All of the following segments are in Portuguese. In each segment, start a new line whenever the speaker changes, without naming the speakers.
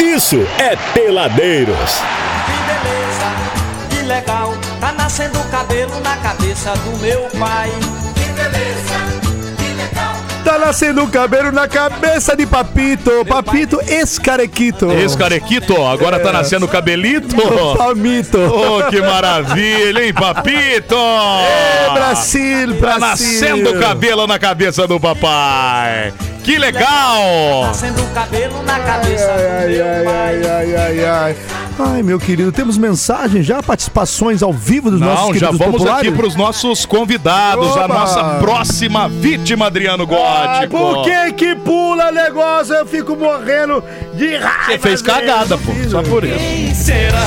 isso é Peladeiros.
Que beleza, que legal, tá nascendo cabelo na cabeça do meu pai. Que beleza, que legal.
Tá nascendo um cabelo na cabeça de Papito. Papito escarequito.
Esse carequito, agora
É.
tá nascendo cabelito.
Palmito.
Oh, que maravilha, hein, papito?
Ê, É Brasil, Brasil.
Tá nascendo cabelo na cabeça do papai. Que legal!
Nascendo cabelo na cabeça do
Ai,
meu
ai,
pai.
ai, ai, ai, ai. Ai, meu querido, temos mensagem já, participações ao vivo dos nossos
Não, já
queridos
vamos
populares?
aqui pros nossos convidados, a
Opa!
nossa próxima vítima, Adriano
Ah,
Gótico.
por que que pula negócio? Eu fico morrendo de raiva.
Você fez
velho.
cagada, pô, só por isso.
Quem será?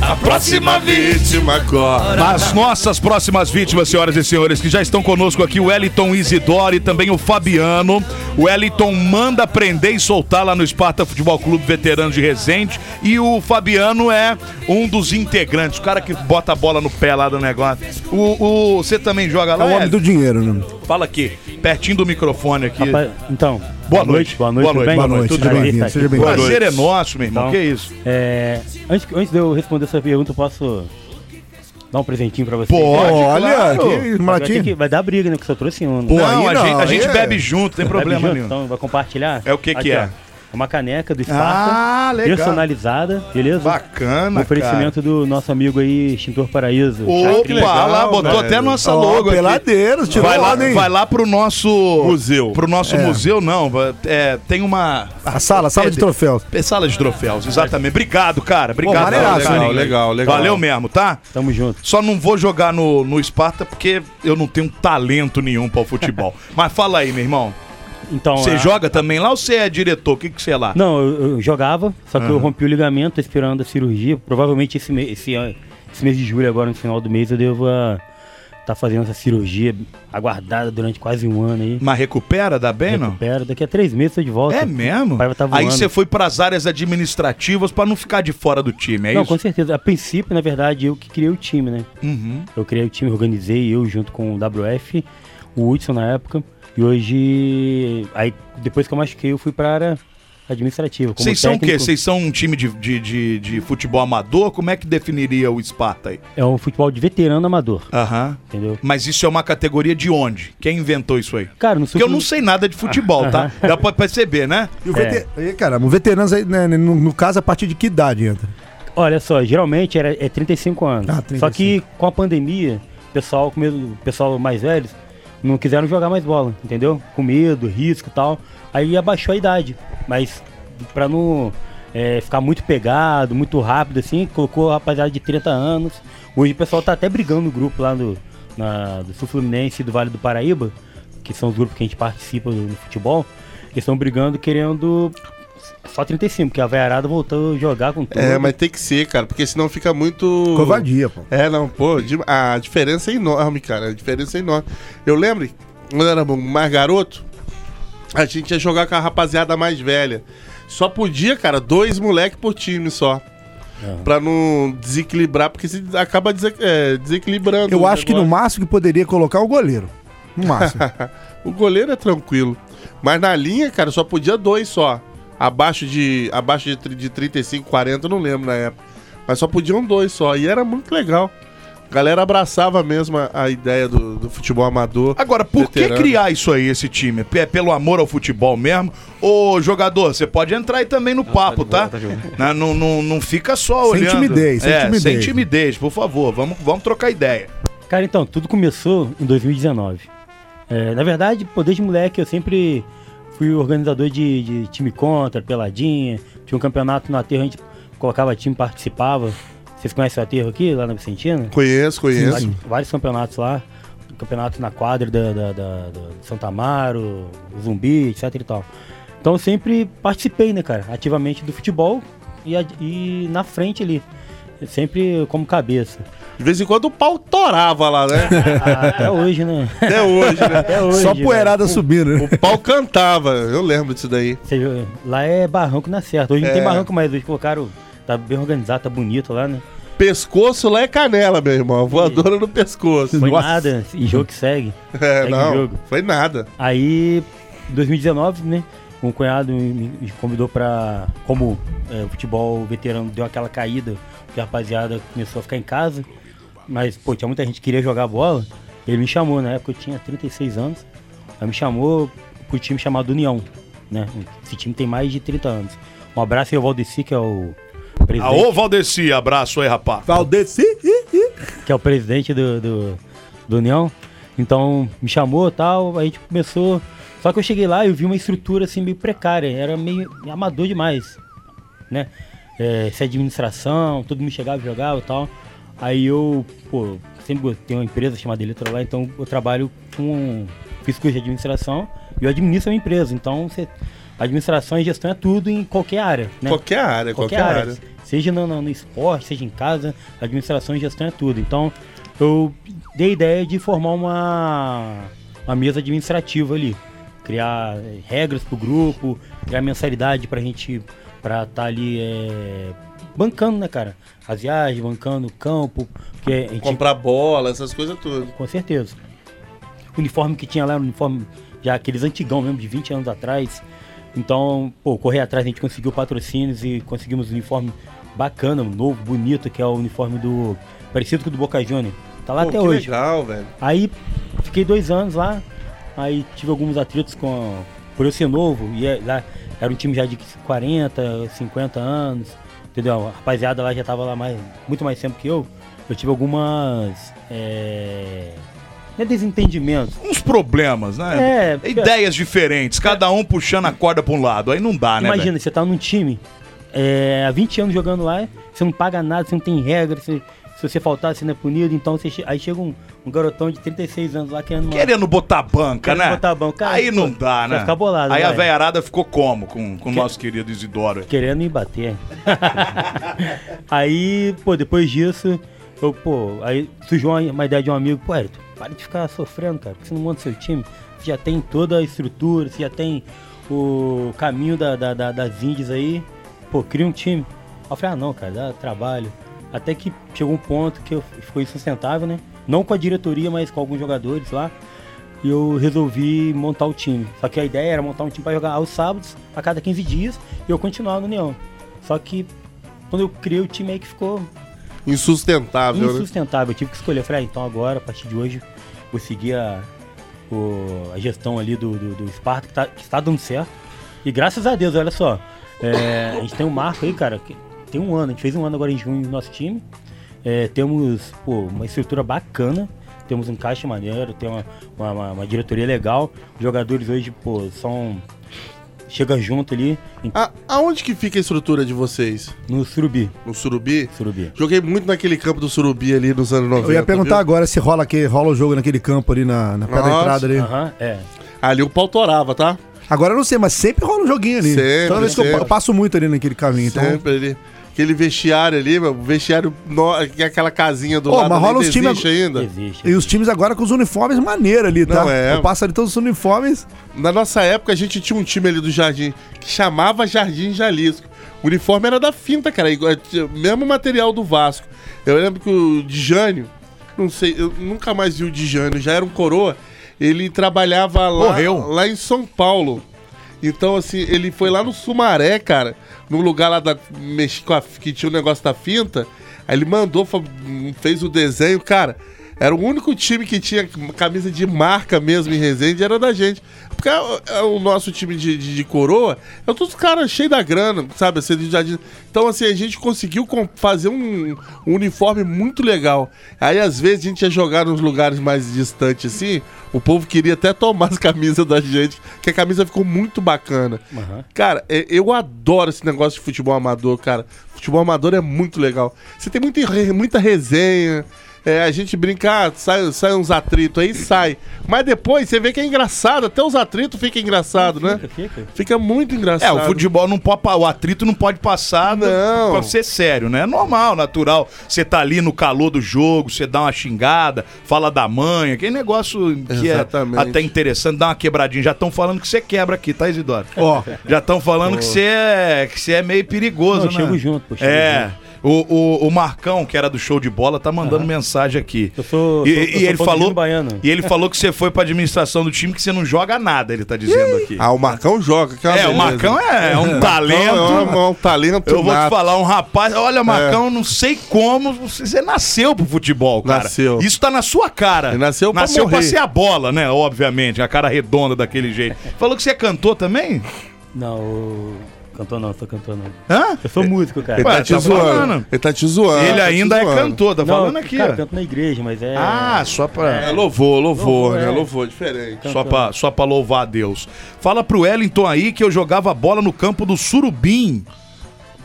A próxima vítima agora. As nossas próximas vítimas, senhoras e senhores, que já estão conosco aqui, o Eliton Isidoro e também o Fabiano. O Eliton manda prender e soltar lá no Esparta Futebol Clube Veterano de Resende. E o Fabiano é um dos integrantes, o cara que bota a bola no pé lá do negócio. O, o- você também joga
É
lá,
o homem
Eli?
do dinheiro, né?
Fala aqui, pertinho do microfone aqui.
Rapaz, então.
Boa noite.
Boa noite,
Boa
tudo
noite,
bem?
boa noite,
Tudo
seja
prazer
bem-vindo,
estar
seja
aqui.
o
bem-vindo. boa
prazer
noite.
é nosso, meu irmão.
Então,
que isso?
É, antes, antes de eu responder essa pergunta, eu posso dar um presentinho pra vocês?
Pode,
Olha,
claro. é
que
Vai, ter
matinho.
que- vai dar briga, né? Que eu só trouxe um. né?
Pô,
não,
aí
a gente, a
aí
gente
é-
bebe junto, tem
Vai
problema
junto,
nenhum.
Então, vai compartilhar?
É o que que é?
ó, uma caneca do Esparta.
Ah, legal.
Personalizada, beleza?
Bacana,
Um oferecimento do nosso amigo aí, Extintor Paraíso.
Opa,
Chacrinha.
lá, botou
velho.
até a nossa
Ó,
logo aqui.
peladeiros, tirou
Vai lá,
onda, hein?
vai lá pro nosso...
Museu.
Pro nosso museu, não. vai- é, tem uma...
A sala, a sala de troféus.
é, Sala de troféus, exatamente. Obrigado, cara. Obrigado.
maneiraço,
pelo carinho.
legal, legal, legal.
Valeu mesmo, tá?
Tamo junto.
Só não vou jogar no, no Esparta porque eu não tenho talento nenhum para o futebol. Mas fala aí, meu irmão.
Então,
Você
a-
joga também lá ou você é diretor? O que que você é lá?
Não, eu, eu jogava, só que eu rompi o ligamento, tô esperando a cirurgia. Provavelmente esse, me- esse, an- esse mês de julho, agora no final do mês, eu devo estar fazendo essa cirurgia aguardada durante quase um ano aí.
Mas recupera, dá bem, não?
Recupero, daqui a três meses eu tô de volta.
É mesmo?
O pai vai tá
aí
voando.
você foi pras áreas administrativas pra não ficar de fora do time, é
Não,
isso?
com certeza. A princípio, na verdade, eu que criei o time, né?
Uhum.
Eu criei o time, organizei eu junto com o WF, o Hudson na época. E hoje, aí depois que eu machuquei, eu fui pra área administrativa. como
Vocês são o quê?
técnico.
Vocês são um time de, de, de, de futebol amador? Como é que definiria o Esparta aí?
É um futebol de veterano amador,
Aham.
entendeu?
Mas isso é uma categoria de onde? Quem inventou isso aí?
Cara, não sou
Porque eu não sei nada de futebol, tá? Dá pra perceber, né?
E o veter...
É.
e, cara, o veteranos aí, né, no, no caso, a partir de que idade entra?
Olha só, geralmente era, é 35 anos.
Ah, 35.
Só que com a pandemia, o pessoal, com medo, o pessoal mais velho não quiseram jogar mais bola, entendeu? Com medo, risco e tal. Aí abaixou a idade. Mas pra não é, ficar muito pegado, muito rápido assim, colocou a rapaziada de 30 anos. Hoje o pessoal tá até brigando no grupo lá no, na- do Sul Fluminense e do Vale do Paraíba, que são os grupos que a gente participa no, no futebol. Eles estão brigando querendo só 35, porque a veiarada voltou a jogar com tudo.
É, mas tem que ser, cara, porque senão fica muito.
Covardia, pô.
É, não, pô, de- a diferença é enorme, cara. A diferença é enorme. Eu lembro, quando eu era mais garoto, a gente ia jogar com a rapaziada mais velha. Só podia, cara, dois moleques por time só. Pra não desequilibrar, porque se acaba dese- é, desequilibrando.
Eu
o
acho que no
negócio.
máximo que poderia colocar é o goleiro. No máximo.
O goleiro é tranquilo. Mas na linha, cara, só podia dois só. Abaixo de abaixo de, tri- de 35, 40, eu não lembro na época. Mas só podiam dois só. E era muito legal. A galera abraçava mesmo a, a ideia do, do futebol amador.
Agora, por que
Veterano.
criar isso aí, esse time? É pelo amor ao futebol mesmo? Ô, jogador, você pode entrar aí também no papo, tá? Na- Não, não, não fica só
Sem
olhando.
timidez, sem
é, Sem
timidez.
timidez, por favor. Vamos, vamos trocar ideia.
Cara, então, tudo começou em 2019. É, na verdade, pô, desde moleque eu sempre fui organizador de, de time contra, peladinha. Tinha um campeonato no aterro, a gente colocava time, participava. Vocês conhecem o aterro aqui, lá na Vicentina?
Conheço, conheço.
Vários, vários campeonatos lá. Campeonato na quadra da, da, da- da Santa Amaro, Zumbi, etc e tal. Então eu sempre participei, né, cara, ativamente do futebol e, a- e na frente ali. Sempre como cabeça.
De vez em quando o pau torava lá, né?
Ah, Até hoje, né?
Até hoje, né?
Até É hoje.
Só
velho.
poeirada subindo, né?
O pau cantava. Eu lembro disso daí.
Você viu? Lá é barranco na certa. Hoje
É.
não tem barranco mais. Hoje colocaram. Tá bem organizado, tá bonito lá, né?
Pescoço lá é canela, meu irmão. Voadora no pescoço.
Foi
Nossa.
nada. E jogo que segue.
É,
Segue o
não.
jogo.
Foi nada.
Aí, 2019, né? um cunhado me me convidou pra. Como é, o futebol veterano deu aquela caída, que a rapaziada começou a ficar em casa, mas, pô, tinha muita gente que queria jogar bola. Ele me chamou, na época eu tinha 36 anos, aí me chamou pro time chamado União, né? Esse time tem mais de 30 anos. Um abraço aí ao Valdeci, que é o presidente
Aô, Valdeci, abraço aí, rapaz.
Valdeci, ih, ih.
que é o presidente do, do, do União. Então me chamou e tal, aí a gente começou. Só que eu cheguei lá e eu vi uma estrutura assim meio precária, era meio amador demais, né? É, essa administração, todo mundo chegava e jogava e tal. Aí eu, pô, sempre go- tenho uma empresa chamada Eletra lá, então eu trabalho com fiz curso de administração e eu administro uma empresa. Então você, administração e gestão é tudo em qualquer área, né?
Qualquer área, qualquer, área.
Seja no, no- no esporte, seja em casa, administração e gestão é tudo. Então, eu dei a ideia de formar uma, uma mesa administrativa ali. Criar eh, regras pro grupo, criar mensalidade pra gente pra estar ali eh, bancando, né, cara? As viagens, bancando o campo. Porque a gente
Comprar bola, essas coisas tudo.
com certeza. O uniforme que tinha lá era um uniforme já aqueles antigão mesmo, de 20 anos atrás. Então, pô, correr atrás, a gente conseguiu patrocínios e conseguimos um uniforme bacana, um novo, bonito, que é o uniforme do. parecido com o do Boca Juniors. Tá lá
Pô,
até
que
hoje.
legal, velho.
Aí fiquei dois anos lá, aí tive alguns atritos com. Por eu ser novo, e é- lá era um time já de 40, 50 anos, entendeu? A rapaziada lá já tava lá mais, muito mais tempo que eu. Eu tive algumas. É, não é desentendimentos.
Uns problemas, né?
É,
Ideias diferentes, cada um puxando a corda pra um lado. Aí não dá, né?
Imagina,
velho?
você tá num time é, há 20 anos jogando lá, você não paga nada, você não tem regra, você- se você faltar, você não é punido, então você che- aí chega um, um garotão de 36 anos lá querendo. uma-
Querendo botar banca,
Querendo
né?
botar banca. Cara,
Aí não
pô,
dá,
vai
né?
ficar bolado,
Aí a
vai.
veiarada ficou como com com o nosso querido Isidoro?
Querendo me bater. aí, pô, depois disso, eu, pô, aí surgiu uma, uma ideia de um amigo, pô, Hérito, para de ficar sofrendo, cara, porque você não monta seu time. Você já tem toda a estrutura, você já tem o caminho da, da- da- das índias aí. Pô, cria um time. Aí eu falei, ah não, cara, dá trabalho. Até que chegou um ponto que eu, ficou insustentável, né? Não com a diretoria, mas com alguns jogadores lá. E eu resolvi montar o time. Só que a ideia era montar um time para jogar aos sábados, a cada 15 dias, e eu continuar no União. Só que quando eu criei o time aí que ficou
Insustentável, né?
insustentável. Eu tive que escolher. Eu falei, ah, então agora, a partir de hoje, vou seguir a, o- a gestão ali do, do, do Sparta, que, tá- que está dando certo. E graças a Deus, olha só. é, a gente tem um marco aí, cara. que tem um ano, a gente fez um ano agora em junho no nosso time. É, temos pô, uma estrutura bacana. Temos um caixa maneiro, tem uma, uma- uma- uma diretoria legal. Os jogadores hoje, pô, são. Chega junto ali em-
A- aonde que fica a estrutura de vocês?
no Surubi.
No Surubi?
Surubi.
Joguei muito naquele campo do Surubi ali nos anos 90.
Eu ia perguntar
viu?
agora se rola, aqui, rola o jogo naquele campo ali na, na perto da
Nossa.
entrada ali.
Aham, é.
Ali o pau torava, tá?
Agora eu não sei, mas sempre rola um joguinho ali.
Sempre,
Toda vez que eu,
sempre.
pa- eu passo muito ali naquele caminho. Então,
Sempre ali. Aquele vestiário ali, meu, vestiário, no... que é aquela casinha do
Ô,
lado
mas rola
nem
os time
existe ainda.
Existe.
e os times agora com os uniformes maneiro ali, tá?
Não, é.
Eu passo ali todos os uniformes.
Na nossa época, a gente tinha um time ali do Jardim que chamava Jardim Jalisco. O uniforme era da finta, cara. igual- eh, tinha o Mesmo material do Vasco. Eu lembro que o Dijânio, não sei, eu nunca mais vi o Dijânio, já era um coroa. Ele trabalhava lá,
Morreu.
lá em São Paulo. Então, assim, ele foi lá no Sumaré, cara, num lugar lá da, mex- com a- que tinha o negócio da finta. Aí ele mandou, fa- hum, fez o desenho, cara. Era o único time que tinha camisa de marca mesmo em Resende, era da gente. Porque é o- é o nosso time de, de, de coroa é todos os caras cheios da grana, sabe? Assim, de jardim. Então, assim, a gente conseguiu com- fazer um, um uniforme muito legal. Aí, às vezes, a gente ia jogar nos lugares mais distantes, assim, o povo queria até tomar as camisas da gente, que a camisa ficou muito bacana.
Aham.
Cara, é- eu adoro esse negócio de futebol amador, cara. Futebol amador é muito legal. Você tem muita, re- muita resenha. é, a gente brinca, ah, sai, sai uns atritos aí, sai. Mas depois você vê que é engraçado, até os atritos fica engraçado, né?
Fica, fica.
Fica muito engraçado.
É, o futebol não pode, pa- o atrito não pode passar do-
Não.
pra ser sério, né? É normal, natural. Você tá ali no calor do jogo, você dá uma xingada, fala da mãe, aquele negócio que
Exatamente.
é até interessante, dá uma quebradinha. Já estão falando que você quebra aqui, tá, Isidoro?
Ó,
Já estão falando que você é, que você é meio perigoso,
Não, eu
né?
chego junto, pô, chego
É.
junto.
O, o, o Marcão, que era do show de bola, tá mandando mensagem aqui.
Eu sou-
e,
eu sou- eu
e
sou
ele
português
falou
baiano.
E ele falou que você foi pra administração do time que você não joga nada, ele tá dizendo aqui.
Ah, o Marcão joga. que uma
É, o
beleza.
Marcão é, é um talento.
Marcão É um, é um talento
Eu vou te
nato. É.
falar, um rapaz. Olha, Marcão, não sei como. Você você nasceu pro futebol, cara.
Nasceu.
Isso tá na sua cara.
Ele nasceu pra
nasceu
morrer.
ser a bola, né? Obviamente, a cara redonda daquele jeito. Falou que você cantou também?
Não, o... cantor não, sou cantor não.
Hã?
Eu sou músico, cara.
Ele
Ué,
tá te
tá
zoando.
falando.
Ele tá te zoando.
Ele
tá te
ainda é
zoando.
cantor, tá
Não,
falando aqui.
Cara,
ó.
eu canto na igreja, mas é.
Ah, só pra.
É louvor, louvor,
Louvor,
né?
é.
Louvor, diferente.
Só pra, só pra louvar a Deus. Fala pro Wellington aí que eu jogava bola no campo do Surubim.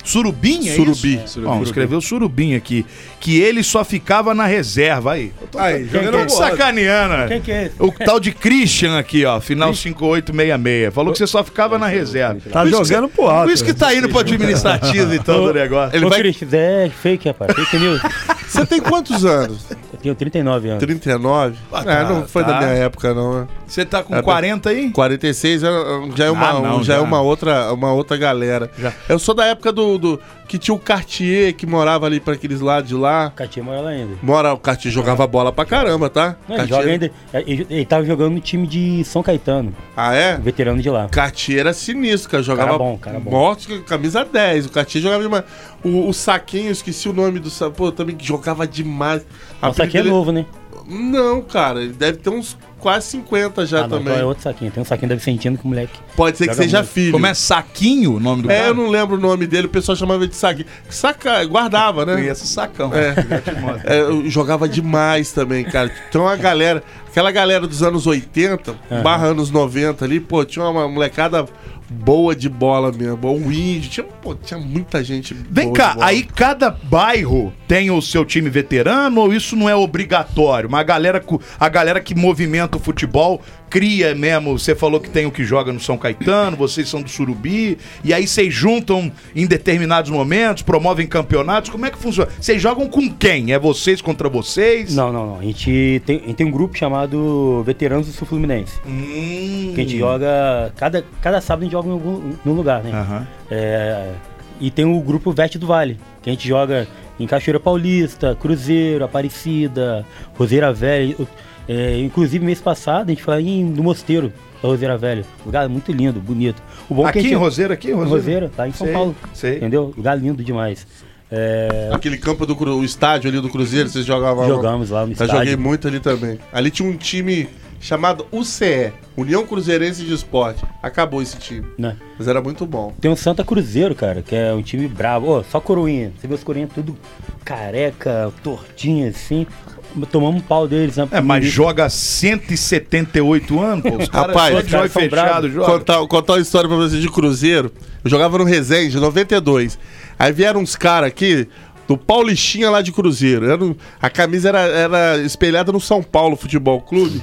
Surubim, é
Surubi.
isso?
Surubi.
Bom,
Surubi.
escreveu Surubim aqui. Que ele só ficava na reserva. Aí,
Aí,
Não
jogando
me sacaneando. né?
Quem que é esse?
O tal de Christian aqui, ó, final 5866. Falou que você só ficava na reserva.
Tá
Por isso que
jogando
você-
pro alto.
Por isso que tá indo pro administrativo então do negócio.
Ele
Ô,
vai-
Christian, é fake, rapaz. Fake news.
Você tem quantos anos?
Eu tenho 39 anos.
39?
Ah,
É,
tá,
não foi
tá.
da minha época, não. né?
Você tá com
É,
40 aí?
46 já, já é uma,
Ah, não,
já é
já.
uma outra, uma outra galera.
Já.
Eu sou da época do, do- que tinha o Cartier que morava ali para aqueles lados de lá.
Catia mora lá ainda.
Mora, o Cartier jogava bola pra caramba, tá?
Não,
Cartier-
ele joga ainda. Ele, ele tava jogando no time de São Caetano,
Ah, é?
veterano de lá.
Cartier era sinistro, cara. Jogava
Cara bom, cara bom.
mortos, camisa 10. O Cartier jogava demais. O, o Saquinho, esqueci o nome do Sa- Pô, também que jogava demais. A
Nossa, aqui é
dele-
novo, né?
Não, cara, ele deve ter uns quase 50 já
Ah, não,
também.
então é outro saquinho. Tem um saquinho da Vicentino com o moleque.
Pode ser que
Joga
seja
muito.
filho.
Como é saquinho o nome do
É,
cara?
eu não lembro o nome dele, o pessoal chamava de Saquinho. Saca, guardava, né?
conheço o sacão.
É. É, eu jogava demais também, cara. Tem uma galera, aquela galera dos anos 80, barra anos 90 ali, pô, tinha uma molecada boa de bola mesmo. O índio, tinha, pô, tinha muita gente.
Vem
boa de
cá,
bola.
aí cada bairro tem o seu time veterano ou isso não é obrigatório? Mas a galera, cu- a galera que movimenta o futebol cria mesmo. Você falou que tem o que joga no São Caetano, vocês são do Surubi, e aí vocês juntam em determinados momentos, promovem campeonatos. Como é que funciona? Vocês jogam com quem? É vocês contra vocês?
Não, não, não. A gente tem, a gente tem um grupo chamado Veteranos do Sul Fluminense.
Hum.
Que a gente joga. Cada, cada sábado a gente joga em algum num lugar, né?
Aham.
É, e tem o grupo Veste do Vale, que a gente joga em Cachoeira Paulista, Cruzeiro, Aparecida, Roseira Velha. Eu- é, inclusive, mês passado, a gente foi em, no Mosteiro da Roseira Velha. Lugar muito lindo, bonito. O bom é que a
Aqui
gente-
em Roseira, aqui em
Em
Roseira.
Roseira, tá em São
Sei,
Paulo.
sei.
Entendeu? Lugar lindo demais. É,
Aquele campo do Cru- o estádio ali do Cruzeiro, vocês jogavam lá?
Jogamos lá no
Eu
estádio.
Tá, joguei muito ali também. Ali tinha um time chamado UCE, União Cruzeirense de Esporte. Acabou esse time.
né?
Mas era muito bom.
Tem o Santa Cruzeiro, cara, que é um time brabo. Ô, só coroinha. Você vê os coroinhas tudo careca, tortinha assim. Tomamos um pau deles. né?
É, mas joga 178 anos, pô. Os caras
Rapaz,
só de
os caras
joelho
são
fechado,
bravos.
joga.
Contar, contar uma história pra vocês de Cruzeiro. Eu jogava no Resende, 92. Aí vieram uns caras aqui do Paulistinha lá de Cruzeiro. Era um- a camisa era, era espelhada no São Paulo Futebol Clube.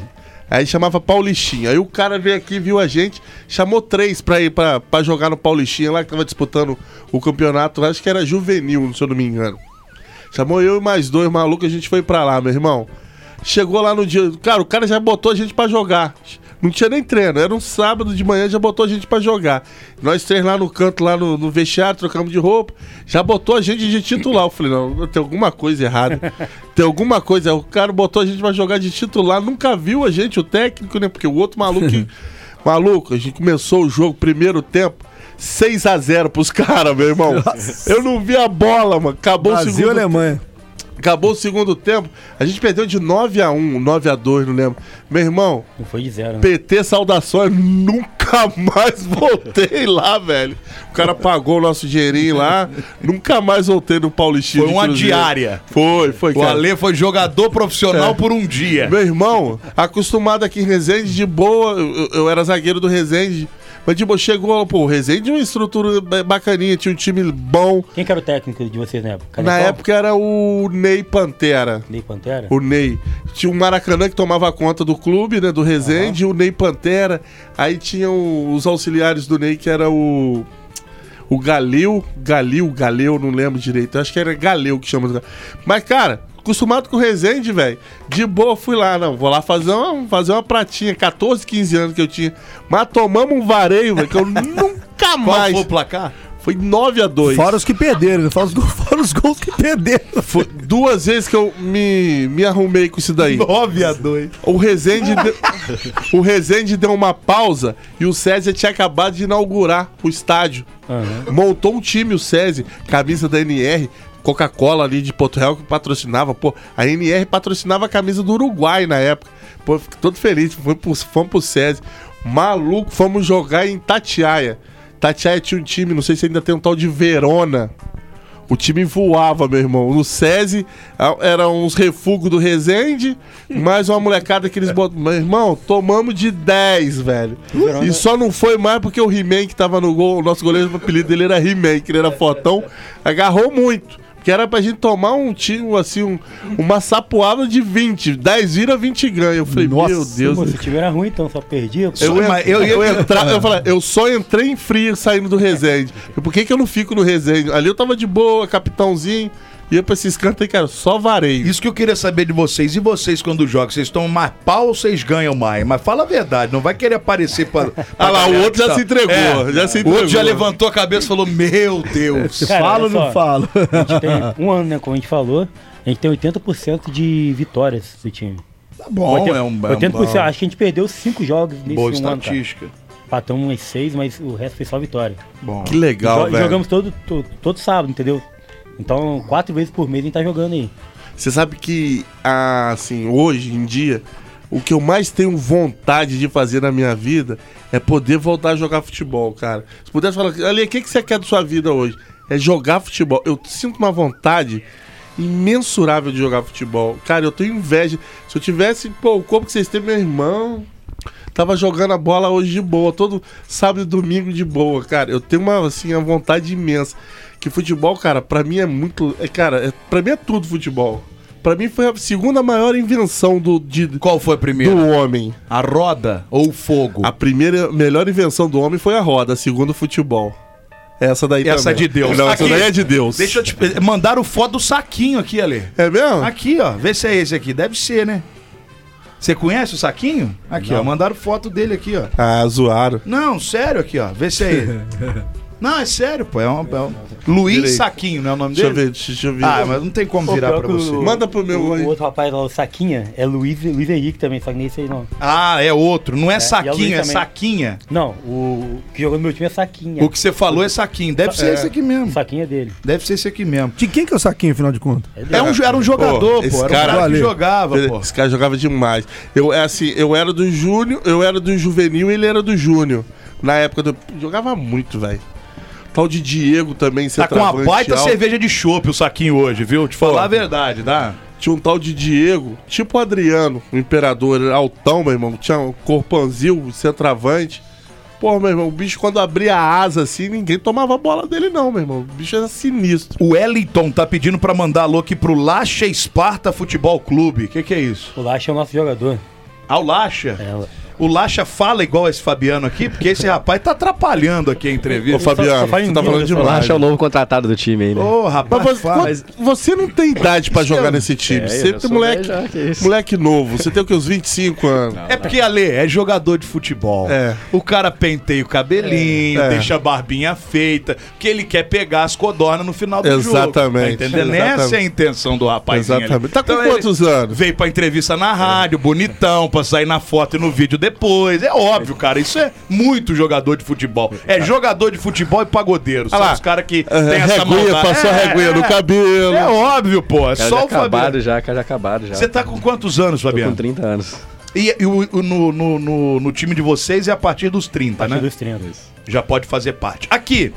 Aí chamava Paulistinha. Aí o cara veio aqui, viu a gente, chamou três pra ir pra, pra jogar no Paulistinha lá, que tava disputando o campeonato lá. Acho que era juvenil, se eu não me engano. Chamou eu e mais dois malucos, a gente foi pra lá, meu irmão. Chegou lá no dia. Cara, o cara já botou a gente pra jogar. Não tinha nem treino, era um sábado de manhã, já botou a gente pra jogar. Nós três lá no canto, lá no, no vestiário, trocamos de roupa, já botou a gente de titular. Eu falei, não, tem alguma coisa errada. Tem alguma coisa. O cara botou a gente pra jogar de titular, nunca viu a gente, o técnico, né? Porque o outro maluco. que- maluco, a gente começou o jogo, primeiro tempo. 6 a 0 pros caras, meu irmão. Eu não vi a bola, mano. Acabou o
Brasil e
segundo
Alemanha.
Acabou o segundo tempo, a gente perdeu de 9 a 1 9 a 2 não lembro. Meu irmão,
Não foi de zero, né?
PT saudações, nunca mais voltei lá, velho. O cara pagou o nosso dinheirinho lá, nunca mais voltei no Paulistinho.
Foi
de
uma
Cruzeiro.
diária.
Foi, foi,
O
cara.
Ale foi jogador profissional
É.
por um dia.
Meu irmão, acostumado aqui em Resende, de boa, eu, eu era zagueiro do Resende. Mas, tipo, chegou, pô, o Resende é uma estrutura ba- bacaninha, tinha um time bom.
Quem que era o técnico de vocês na época?
Na
Canecola?
época era o Ney Pantera.
Ney Pantera?
O Ney. Tinha o Maracanã que tomava conta do clube, né? Do Resende, o Ney Pantera. Aí tinham os auxiliares do Ney, que era o. O Galil. Galil, Galeu, não lembro direito. Acho que era Galeu que chama. do cara. Mas, cara, acostumado com o Resende, velho. De boa, fui lá, não. Vou lá fazer uma, fazer uma pratinha. 14, 15 anos que eu tinha. Mas tomamos um vareio, velho, que eu nunca
Qual
mais.
foi o placar?
Foi 9 a 2
Fora os que perderam, né? fora os, fora os gols que perderam.
Foi duas vezes que eu me, me arrumei com isso daí.
9 a
é
2
O Rezende, deu, o Rezende deu uma pausa e o César tinha acabado de inaugurar o estádio. Montou um time, o César, camisa da NR, Coca-Cola ali de Porto Real que patrocinava. Pô, a NR patrocinava a camisa do Uruguai na época. Pô, eu fico todo feliz, fomos pro, fomos pro César. Maluco, fomos jogar em Tatiaia. Tatiaia tinha um time, não sei se ainda tem um tal de Verona. O time voava, meu irmão. No SESI a- eram uns refugos do Rezende, mais uma molecada que eles botam. Meu irmão, tomamos de 10, velho. E só não foi mais porque o He-Man que tava no gol, o nosso goleiro, o apelido dele era He-Man, que ele era fotão, agarrou muito. Que era pra gente tomar um time, assim, um- uma sapoada de 20. 10 vira, 20 ganha. Eu falei, meu Deus.
Pô, se tiver era ruim, então só perdia. pô.
Eu,
Só- mas eu- é.
eu, eu,
eu-
entra- eu falei, eu só entrei em frio saindo do Resende. Por que, que eu não fico no Resende? Ali eu tava de boa, capitãozinho, ia pra esses cantos aí, cara, só vareio.
Isso que eu queria saber de vocês. E vocês, quando jogam, vocês tomam mais pau, vocês ganham mais. Mas fala a verdade, não vai querer aparecer pra. pra
Ah lá, o
galera
outro
que tá- É.
já se entregou, já
O outro
se entregou.
já levantou a cabeça e falou: Meu Deus.
Cara,
Falo ou
olha
não
só,
falo?
A gente tem um ano, né? Como a gente falou, a gente tem 80% de vitórias do time.
Tá bom, é um. É um
80%, acho que a gente perdeu 5 jogos nesse
Boa
um ano. cara.
estatística.
Patamos umas 6, mas o resto foi só vitória.
Bom.
Que legal,
Jo-
velho.
jogamos todo, to- todo, sábado, entendeu? Então, quatro vezes por mês a gente tá jogando aí.
Você sabe que, ah, assim, hoje em dia, o que eu mais tenho vontade de fazer na minha vida é poder voltar a jogar futebol, cara. Se pudesse falar, Ale, o que, que você quer da sua vida hoje? É jogar futebol. Eu sinto uma vontade imensurável de jogar futebol. Cara, eu tenho inveja. Se eu tivesse, pô, o corpo que vocês têm, meu irmão. Tava jogando a bola hoje de boa, todo sábado e domingo de boa, cara. Eu tenho uma, assim, uma vontade imensa. Que futebol, cara, pra mim é muito. É, cara, é, pra mim é tudo futebol. Pra mim foi a segunda maior invenção do, de- do
Qual foi a primeira?
homem.
A roda ou o fogo?
A primeira melhor invenção do homem foi a roda, a segunda o futebol. Essa daí
Essa é
também.
de Deus.
Não, essa
Aqui.
daí é de Deus.
Deixa eu te. Mandaram foto do saquinho aqui, Ale.
É mesmo?
Aqui, ó. Vê se é esse aqui. Deve ser, né? Você conhece o saquinho? Aqui, ó. Mandaram foto dele aqui, ó.
Ah, zoaram.
Não, sério aqui, ó. Vê se é ele. não, é sério, pô. É um. é um- Luiz
Direito.
Saquinho, não é o nome
Deixa eu
dele?
ver, deixa eu ver.
Ah, mas não tem como virar pra você.
Manda pro meu
o,
aí.
o outro rapaz lá, o Saquinha, é Luiz, Luiz Henrique também, só que nem esse aí não.
Ah, é outro. Não é,
e é
saquinho,
Luiz
é
também.
saquinha.
Não, o que jogou no meu time é Saquinha.
O que você falou é saquinho. Deve ser esse aqui
O
mesmo.
Saquinha é dele.
Deve ser esse aqui mesmo.
De quem que é o saquinho, afinal de contas?
É dele.
É um, jo- era um jogador, pô.
esse
Era um
cara- é
cara que
Valeu.
jogava, pô.
Esse cara jogava demais. Eu é assim, eu era do Júnior, eu era do juvenil e ele era do Júnior. Na época do jogava muito, velho. Tal de Diego também,
Tá com uma
centroavante
baita
alto.
cerveja de chopp o saquinho hoje, viu? Te falar a verdade, tá? dá?
Tinha um tal de Diego, tipo o Adriano, o imperador, era altão, meu irmão. Tinha um corpanzil, centroavante. Pô, meu irmão, o bicho quando abria a asa assim, ninguém tomava a bola dele não, meu irmão. O bicho era sinistro.
O Wellington tá pedindo pra mandar alô aqui pro Lacha Esparta Futebol Clube. O que, que é isso?
O Lacha é o nosso jogador.
Ah, o Lacha?
É, ué.
O Lacha fala igual esse Fabiano aqui, porque esse rapaz tá atrapalhando aqui a entrevista.
Ô, Fabiano,
só fala em
você tá
Diego,
falando
só
O
demais.
Lacha é o novo contratado do time aí, né?
Ô, rapaz,
Mas você,
fala.
quanto- você não tem idade pra jogar nesse time.
É, eu
você
já
tem
sou
moleque,
velho já, que isso.
moleque novo. Você tem o que, uns 25 anos?
É porque, Ale, é jogador de futebol.
É.
O cara penteia o cabelinho,
É.
deixa a barbinha feita, que ele quer pegar as codornas no final do jogo.
Exatamente.
Tá entendendo?
Exatamente.
Essa é a intenção do rapaz.
Exatamente. Tá com
Então
quantos É. anos?
Veio pra entrevista na rádio, bonitão, pra sair na foto e no vídeo depois. É óbvio, cara. Isso é muito jogador de futebol. É jogador de futebol e pagodeiro. São
Ah lá.
os caras que
É,
têm essa
reguinha,
maldade.
passou
É,
reguinha no
é.
cabelo.
É óbvio, pô. É
cara
só
já
o Fabiano.
acabado já, cara já acabado já.
Você tá com quantos anos,
Tô
Fabiano?
com 30 anos.
E, e o, o- no, no, no, no time de vocês é a partir dos 30,
Tá,
né?
dos 30.
Já pode fazer parte. Aqui,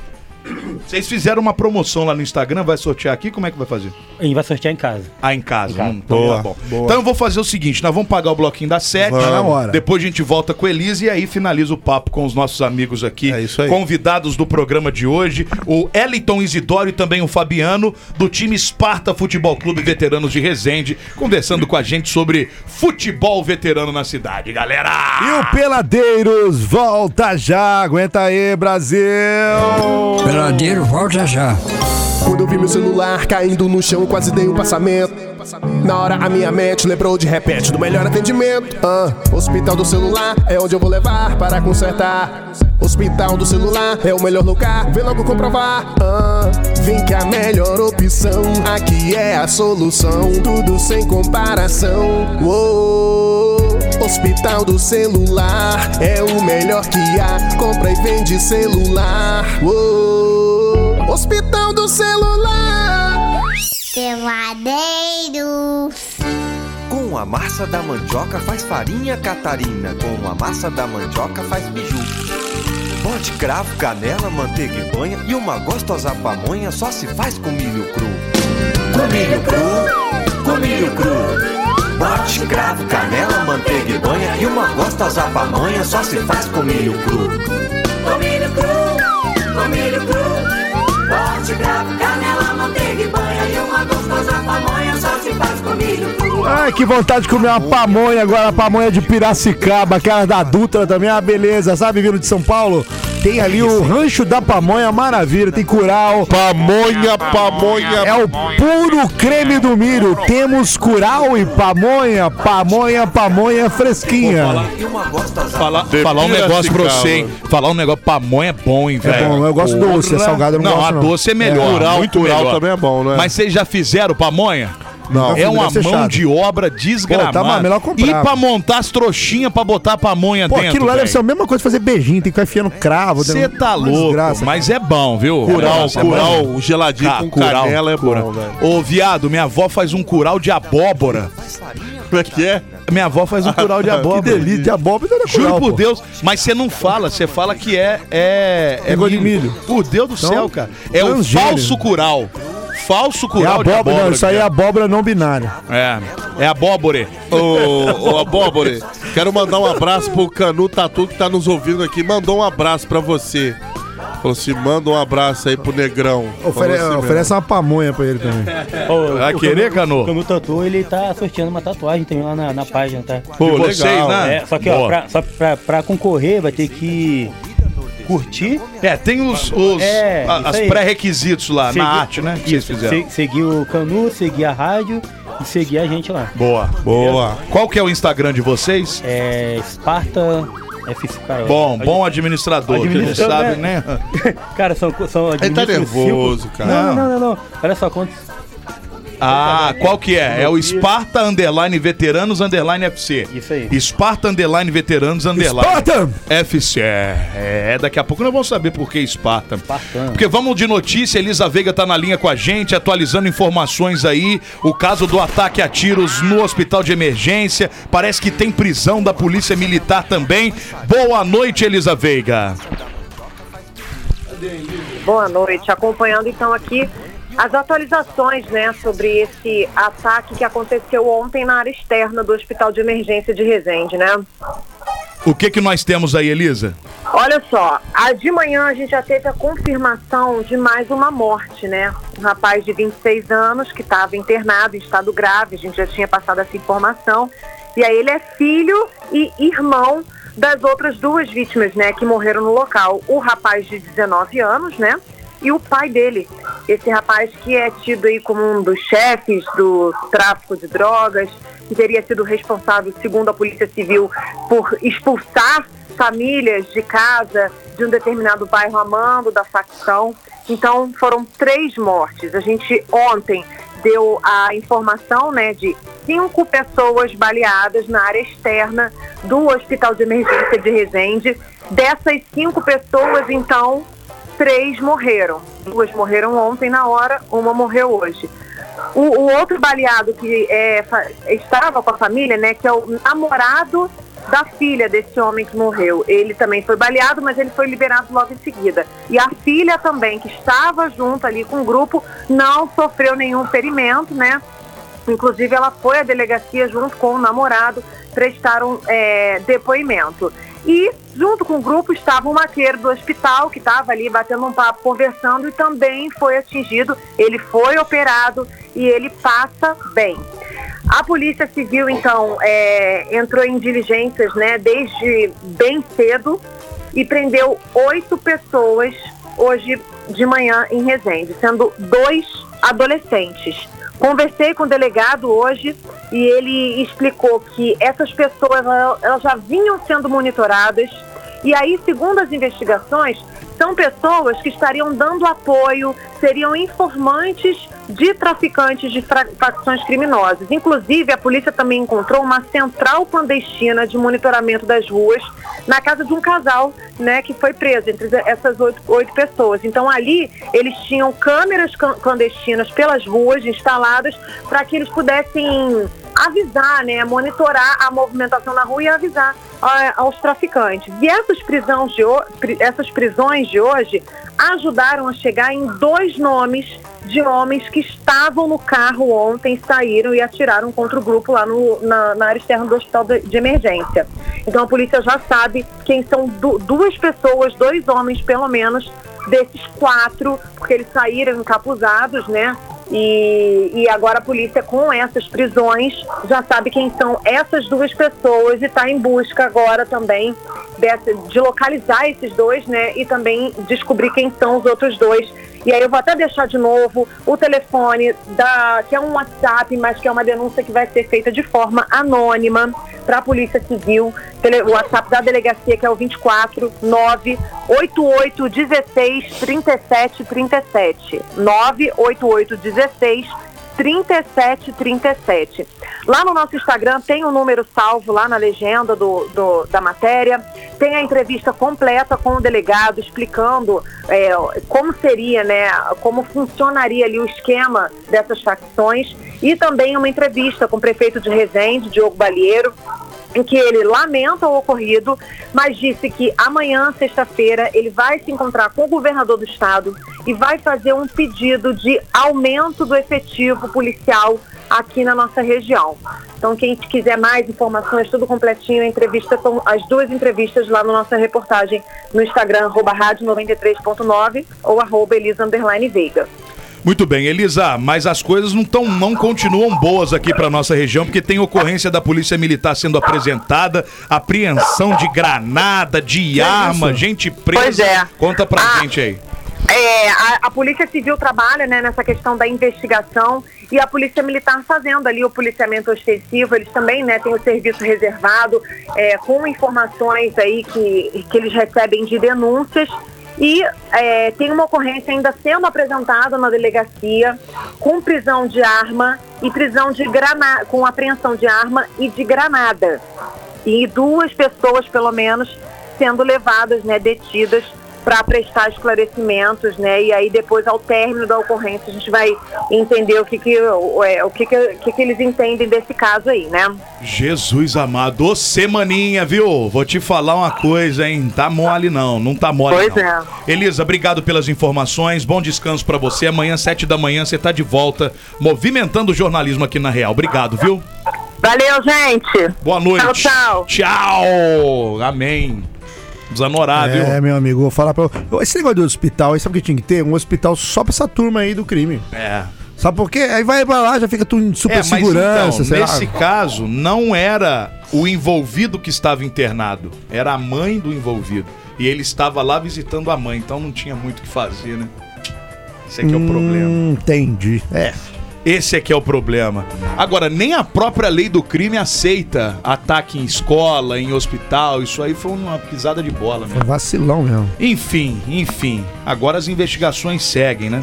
vocês fizeram uma promoção lá no Instagram, vai sortear aqui, como é que vai fazer?
A gente vai sortear em casa.
Ah, em casa. Hum, então
Boa,
tá bom. Então eu vou fazer o seguinte, nós vamos pagar o bloquinho das 7,
Vamos. Tá na hora.
depois a gente volta com a Elisa e aí finaliza o papo com os nossos amigos aqui,
É isso aí.
convidados do programa de hoje, o Eliton Isidoro e também o Fabiano, do time Esparta Futebol Clube Veteranos de Resende, conversando com a gente sobre futebol veterano na cidade, galera!
E o Peladeiros volta já. Aguenta aí, Brasil.
Peladeiro, volta já.
Quando eu vi meu celular caindo no chão, quase dei um passamento.
Na hora a minha mente lembrou de repente do melhor atendimento. Ah, hospital do celular é onde eu vou levar para consertar. Hospital do celular é o melhor lugar, vem logo comprovar. Ah, vem que a melhor opção aqui é a solução. Tudo sem comparação. Uou. Hospital do celular é o melhor que há. Compra e vende celular. Uou. Hospital do celular.
Peladeiros.
Com a massa da mandioca faz farinha Catarina. Com a massa da mandioca faz biju. Bote cravo, canela, manteiga e banha. E uma gostosa pamonha só se faz com milho cru. Com milho cru, com milho cru. Bote cravo, canela, manteiga e banha. E uma gostosa pamonha só se faz com milho cru.
Com milho cru, com milho cru. Bote bravo, canela, manteiga e banha. E uma gostosa pamonha só se faz com milho cru.
Ai, que vontade de comer uma pamonha agora, a pamonha de Piracicaba, aquela da Dutra também, ah, beleza, sabe, vindo de São Paulo? Tem ali o rancho da pamonha, maravilha, tem curau.
Pamonha, pamonha.
É o puro creme do milho. Temos curau e pamonha, pamonha, pamonha fresquinha.
E uma gostosa
Falar, falar um negócio pra você, hein? Falar um negócio. Pamonha é bom, hein, velho?
bom, eu gosto doce, é salgado eu não
Não,
gosto,
a
não.
doce é melhor.
Rural,
muito
rural
melhor.
também é bom, né?
Mas vocês já fizeram pamonha?
Não,
É uma
deve ser
mão
chato.
de obra desgramada.
Pô, tá melhor comprar.
E pra montar as trouxinhas pra botar a pamonha
Pô,
dentro,
aquilo lá deve
velho.
ser a mesma coisa de fazer beijinho, tem que ficar enfiando cravo.
Você
dentro-
tá
Uma
louco,
desgraça,
mas é bom, viu?
Curau,
Nossa, é
curau,
bom.
geladinho
Ca-
com
curau,
canela é
curau.
bom, velho.
Ô, viado, minha avó faz um curau de abóbora.
Como é que é?
Minha avó faz um curau de
Que
cara.
abóbora.
Que delícia, de abóbora era
Juro
curau,
por
pô.
Deus, mas você não fala, você fala que é. É, é
Negócio de milho.
Por Deus do céu, cara. É o
transgênio.
falso curau. Falso
É
curau de
abóbora,
abóbora.
não, isso aí é
viado.
abóbora não binária.
é. É abóbora.
Ô, ô Abóbore, quero mandar um abraço pro Canu Tatu que tá nos ouvindo aqui. Mandou um abraço pra você. Falou assim: manda um abraço aí pro Negrão.
Ofere-
Falou assim mesmo.
oferece uma pamonha pra ele também.
Ô,
Vai
o
querer, Cano?
Canu- Canu Tatu, ele tá sorteando uma tatuagem também lá na, na página, tá?
Pô,
legal.
vocês, né?
É, só que,
Boa.
ó, pra, só pra, pra concorrer, vai ter que curtir,
É, tem os, os
É,
a-
isso
as
aí.
pré-requisitos lá,
Segui-
na arte, né? Que vocês fizeram.
se- seguir o Canu, seguir a rádio e seguir a gente lá.
Boa.
Boa.
Qual que é o Instagram de vocês?
É. Esparta FC, cara.
Bom,
a-
bom administrador, que não
Administrador,
sabe,
né?
né?
Cara, são. são
Ele tá
administram cinco-
nervoso, cara.
Não, não, não, não. Olha só quantos.
Ah, qual que é? É o Esparta Underline Veteranos Underline FC.
Isso aí.
Esparta Underline Veteranos Underline.
Esparta!
FC. É, é, daqui a pouco nós vamos saber por que Esparta.
Espartano.
Porque vamos de notícia, Elisa Veiga tá na linha com a gente, atualizando informações aí. O caso do ataque a tiros no hospital de emergência. Parece que tem prisão da polícia militar também. Boa noite, Elisa Veiga.
Boa noite. Acompanhando então aqui as atualizações, né, sobre esse ataque que aconteceu ontem na área externa do Hospital de Emergência de Resende, né?
O que que nós temos aí, Elisa?
Olha só, a de manhã a gente já teve a confirmação de mais uma morte, né? Um rapaz de 26 anos que estava internado em estado grave, a gente já tinha passado essa informação. E aí ele é filho e irmão das outras duas vítimas, né, que morreram no local. O rapaz de 19 anos, né? E o pai dele, esse rapaz que é tido aí como um dos chefes do tráfico de drogas, que teria sido responsável, segundo a Polícia Civil, por expulsar famílias de casa de um determinado bairro amando da facção. Então foram três mortes. A gente ontem deu a informação né, de cinco pessoas baleadas na área externa do Hospital de Emergência de Resende. Dessas cinco pessoas, então, três morreram. Duas morreram ontem na hora, uma morreu hoje. O, o outro baleado que é, fa- estava com a família, né, que é o namorado da filha desse homem que morreu. Ele também foi baleado, mas ele foi liberado logo em seguida. E a filha também, que estava junto ali com o grupo, não sofreu nenhum ferimento, né? Inclusive, ela foi à delegacia junto com o namorado, prestaram é, depoimento. E, junto com o grupo, estava um maqueiro do hospital que estava ali batendo um papo, conversando e também foi atingido. Ele foi operado e ele passa bem. A Polícia Civil, então, é, entrou em diligências né, desde bem cedo e prendeu oito pessoas hoje de manhã em Resende, sendo dois adolescentes. Conversei com o delegado hoje e ele explicou que essas pessoas ela- elas já vinham sendo monitoradas e aí, segundo as investigações, são pessoas que estariam dando apoio, seriam informantes de traficantes de fra- facções criminosas. Inclusive, a polícia também encontrou uma central clandestina de monitoramento das ruas na casa de um casal, né, que foi preso entre essas oito, oito pessoas. Então ali eles tinham câmeras can- clandestinas pelas ruas instaladas para que eles pudessem avisar, né, monitorar a movimentação na rua e avisar ah, aos traficantes. E essas, prisão de ho- pri- essas prisões de hoje ajudaram a chegar em dois nomes de homens que estavam no carro ontem, saíram e atiraram contra o grupo lá no, na, na área externa do hospital de, de emergência. Então a polícia já sabe quem são du- duas pessoas, dois homens pelo menos, desses quatro, porque eles saíram encapuzados, né? E, e agora a polícia, com essas prisões, já sabe quem são essas duas pessoas e está em busca agora também dessa- de localizar esses dois, né? E também descobrir quem são os outros dois. E aí eu vou até deixar de novo o telefone, da, que é um WhatsApp, mas que é uma denúncia que vai ser feita de forma anônima para a Polícia Civil. Tele- O WhatsApp da delegacia, que é o 24 988 16 37 37. 988 16 3737. Lá no nosso Instagram tem o número salvo lá na legenda do, do- da matéria. Tem a entrevista completa com o delegado explicando é, como seria, né, como funcionaria ali o esquema dessas facções. E também uma entrevista com o prefeito de Resende, Diogo Balheiro, em que ele lamenta o ocorrido, mas disse que amanhã, sexta-feira, ele vai se encontrar com o governador do estado e vai fazer um pedido de aumento do efetivo policial aqui na nossa região. Então, quem quiser mais informações, tudo completinho, a entrevista são as duas entrevistas lá na nossa reportagem no Instagram, arroba rádio 93.9 ou arroba Elisa Underline Veiga.
Muito bem, Elisa, mas as coisas não, tão, não continuam boas aqui para nossa região, porque tem ocorrência da Polícia Militar sendo apresentada, apreensão de granada, de arma, gente presa.
é Pois é.
Conta pra gente aí.
É, a, a Polícia Civil trabalha né, nessa questão da investigação e a Polícia Militar fazendo ali o policiamento ostensivo. Eles também né, têm o serviço reservado é, com informações aí que, que eles recebem de denúncias. E é, tem uma ocorrência ainda sendo apresentada na delegacia com prisão de arma e prisão de granada, com apreensão de arma e de granada. E duas pessoas, pelo menos, sendo levadas, né, detidas para prestar esclarecimentos, né? E aí depois, ao término da ocorrência, a gente vai entender o que que, o é, o que, que, o que que eles entendem desse caso aí, né?
Jesus amado, ô semaninha, viu? Vou te falar uma coisa, hein? Tá mole não, não tá mole
Pois
não.
é.
Elisa, obrigado pelas informações, bom descanso pra você. Amanhã, sete da manhã, você tá de volta, movimentando o jornalismo aqui na Real. Obrigado, viu?
Valeu, gente!
Boa noite.
Tchau, tchau.
Tchau. Amém. Desanorar, Ah, viu?
É, meu amigo, vou falar pra. eu- Esse negócio do hospital, aí sabe o que tinha que ter? Um hospital só pra essa turma aí do crime.
É.
Sabe por quê? Aí vai pra lá, já fica tudo em super
É, mas
segurança,
então,
sei
nesse
lá.
caso, não era o envolvido que estava internado, era a mãe do envolvido. E ele estava lá visitando a mãe, então não tinha muito o que fazer, né? Esse aqui é o problema.
Hum, Entendi. É.
Esse aqui é o problema. Agora, nem a própria lei do crime aceita ataque em escola, em hospital. Isso aí foi uma pisada de bola, mesmo.
É vacilão mesmo.
Enfim, enfim. Agora as investigações seguem, né?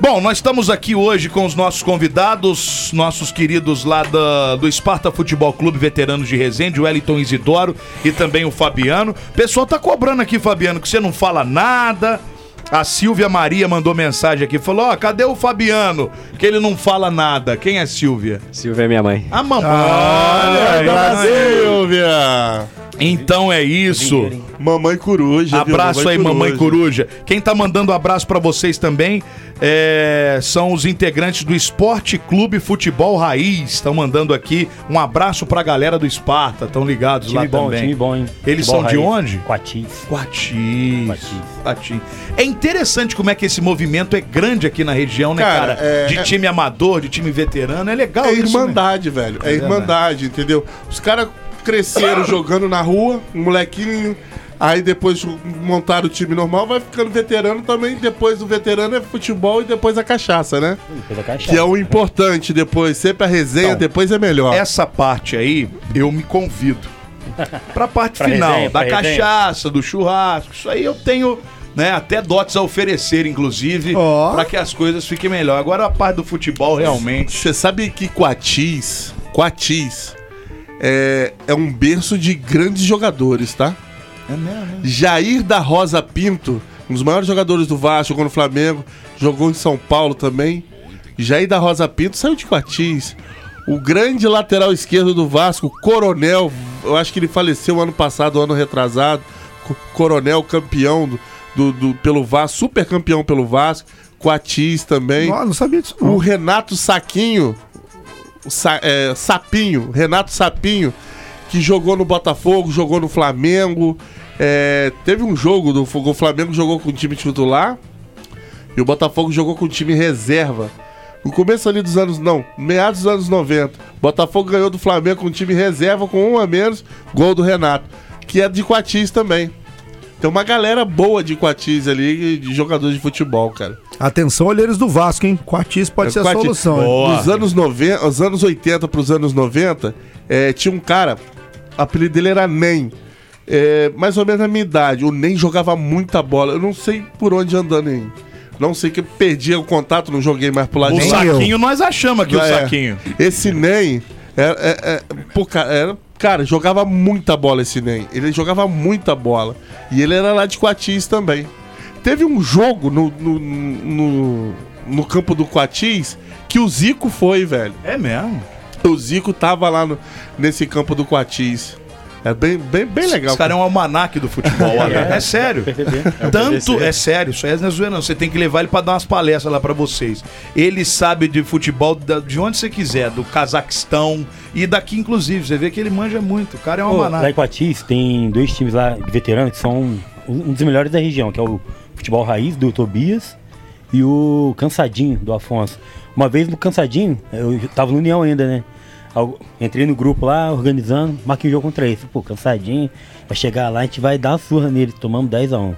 Bom, nós estamos aqui hoje com os nossos convidados, nossos queridos lá da- do Esparta Futebol Clube, veteranos de Resende, o Wellington Isidoro e também o Fabiano. O pessoal tá cobrando aqui, Fabiano, que você não fala nada. A Silvia Maria mandou mensagem aqui, falou: ó, cadê o Fabiano? Que ele não fala nada. Quem é Silvia?
Silvia é minha mãe.
A mamãe.
Olha, Silvia!
Então é isso.
Mamãe Coruja. viu?
Abraço aí,
um
mamãe coruja. Quem tá mandando abraço pra vocês também é, são os integrantes do Esporte Clube Futebol Raiz. Estão mandando aqui um abraço pra galera do Esparta. Estão ligados
Time
lá
bom,
também.
time bom, hein?
Eles
Futebol
são de
raiz.
onde?
Quatis.
Quatis.
Quatis.
Quatis. É interessante como é que esse movimento é grande aqui na região, né, cara?
Cara, é-
de
é-
time amador, de time veterano. É legal
É
isso. né?
irmandade, velho. É
É
irmandade, entendeu? Os caras cresceram jogando na rua, um molequinho. Aí depois montaram o time normal, vai ficando veterano também. Depois do veterano é futebol e depois a cachaça, né? Que é o importante depois. Sempre a resenha,
Então,
depois é melhor.
Essa parte aí, eu me convido. Pra parte
Pra
final,
resenha,
da
pra resenha.
cachaça, do churrasco, isso aí eu tenho. Né, até dotes a oferecer, inclusive, pra para que as coisas fiquem melhor. Agora a parte do futebol realmente.
Você sabe que Coatis, Coatis é, é um berço de grandes jogadores, tá?
É mesmo?
Jair da Rosa Pinto, um dos maiores jogadores do Vasco, jogou no Flamengo, jogou em São Paulo também. Jair da Rosa Pinto saiu de Coatis. O grande lateral esquerdo do Vasco, Coronel, eu acho que ele faleceu ano passado, ano retrasado. Co- Coronel, campeão do, do- do- pelo Vasco, super campeão pelo Vasco. Coatis também.
Não, não sabia disso.
O Renato Saquinho, o Sa- é, Sapinho, Renato Sapinho, que jogou no Botafogo, jogou no Flamengo. é, teve um jogo do Fogo- o Flamengo jogou com o time titular e o Botafogo jogou com o time reserva. No começo ali dos anos, não, meados dos anos 90, o Botafogo ganhou do Flamengo com o time reserva, com um a menos, gol do Renato, que é de Quatis também. Tem uma galera boa de Quatis ali, de jogadores de futebol, cara.
Atenção, olheiros do Vasco, hein? Quartis pode
É,
ser a
Quati-
solução. hein?
Dos anos, 90, os anos 80 pros anos 90, eh, tinha um cara, o apelido dele era Nem. Eh, mais ou menos na minha idade. O Nem jogava muita bola. Eu não sei por onde andando Nem. Não sei que eu perdi o contato, não joguei mais pro lado
O
de lá.
saquinho nós achamos aqui, o
É.
saquinho.
Esse Ney, era, é- é- pô, ca- era- cara, jogava muita bola esse Ney. Ele jogava muita bola. E ele era lá de Coatis também. Teve um jogo no, no, no, no campo do Coatis que o Zico foi, velho.
É mesmo?
O Zico tava lá no- nesse campo do Coatis. É bem, bem, bem legal.
Esse cara é um almanaque do futebol, olha. É, sério.
É o
Tanto,
PVC.
é sério, isso aí não é zoeira, não. Você tem que levar ele pra dar umas palestras lá pra vocês. Ele sabe de futebol da- de onde você quiser, do Cazaquistão e daqui, inclusive. Você vê que ele manja muito. O cara é um
Pô, lá em
almanaque.
Coatis tem dois times lá de veterano que são um- um dos melhores da região, que é o futebol raiz do Tobias e o cansadinho do Afonso. Uma vez no cansadinho, eu tava no União ainda, né? Algo- Entrei no grupo lá, organizando, marquei um jogo contra eles. Pô, cansadinho, vai chegar lá, a gente vai dar uma surra nele, tomamos 10x1.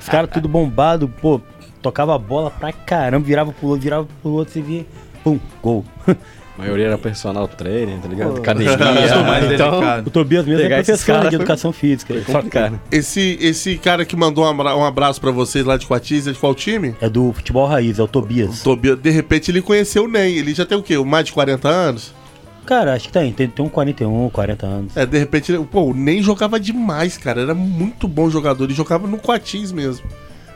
Os caras tudo bombado, pô, tocava a bola pra caramba, virava pro outro, virava pro outro, você via, pum, gol.
A maioria era personal trainer, tá ligado? Academia.
é
Então-
O Tobias mesmo é
pegar esses
professor né,
caras
de
foi-
educação física.
foi
Só que-
complicado.
Esse, esse cara que mandou um abra- um abraço pra vocês lá de Coatis é de qual time?
É do futebol raiz, é o Tobias.
Tobias, de repente ele conheceu o Ney. Ele já tem o quê? Mais de 40 anos?
Cara, acho que tem, tem, tem um 41, 40 anos.
É, de repente, ele- pô, o Ney jogava demais, cara. Era muito bom jogador. Ele jogava no Coatins mesmo.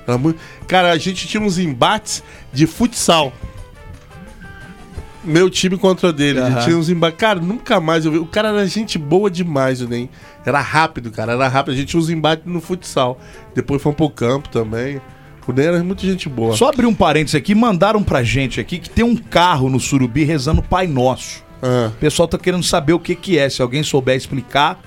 Era muito- Cara, a gente tinha uns embates de futsal. Meu time contra o dele. A gente
Aham.
tinha uns embates. Cara, nunca mais eu vi. O cara era gente boa demais, o Ney. Era rápido, cara. Era rápido. A gente tinha uns embates no futsal. Depois foi pro campo também. O Ney era muito gente boa.
Só abrir um parênteses aqui, mandaram pra gente aqui que tem um carro no Surubi rezando Pai Nosso.
Ah.
O pessoal tá querendo saber o que que é. Se alguém souber explicar,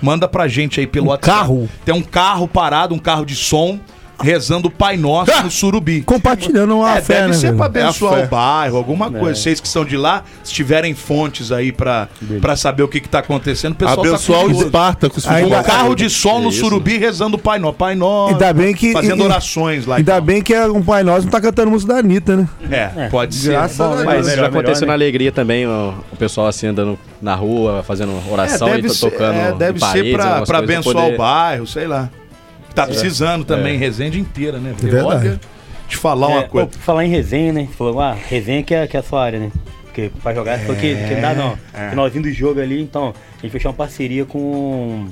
manda pra gente aí pelo WhatsApp.
carro?
Tem um carro parado, um carro de som, rezando Pai Nosso no Surubi.
Compartilhando uma
É,
fé,
deve
né,
ser
velho?
pra
É a
abençoar
fé.
o bairro, alguma coisa. Vocês que são de lá, se tiverem fontes aí pra, pra saber o que, que tá acontecendo, o pessoal
Abençoar
tá
o
curioso.
Espartacus,
Um
futebol.
carro de sol no
Isso.
Surubi rezando Pai Nosso. Pai Nosso.
Ainda bem que.
Fazendo
e-
orações lá. e
Ainda bem que é um Pai Nosso não tá cantando música da Anitta, né?
É, pode ser.
Graças a Deus.
Mas já
Melhor,
aconteceu
né?
melhor,
na alegria também, ó, o, pessoal assim andando na rua, fazendo oração
É,
e
deve
to-
ser-
tocando.
é,
em
deve ser
paredes,
pra-
algumas
pra
coisas,
abençoar o bairro, sei lá. Tá precisando também,
É.
Resende inteira, né?
É
Olha,
verdade.
te falar uma
É,
coisa.
pô, falar em resenha, né? Falou, ah, resenha que é, que é a sua área, né? Porque pra jogar, falou que, que não dá não.
É.
Finalzinho do jogo ali, então, a gente fechou uma parceria com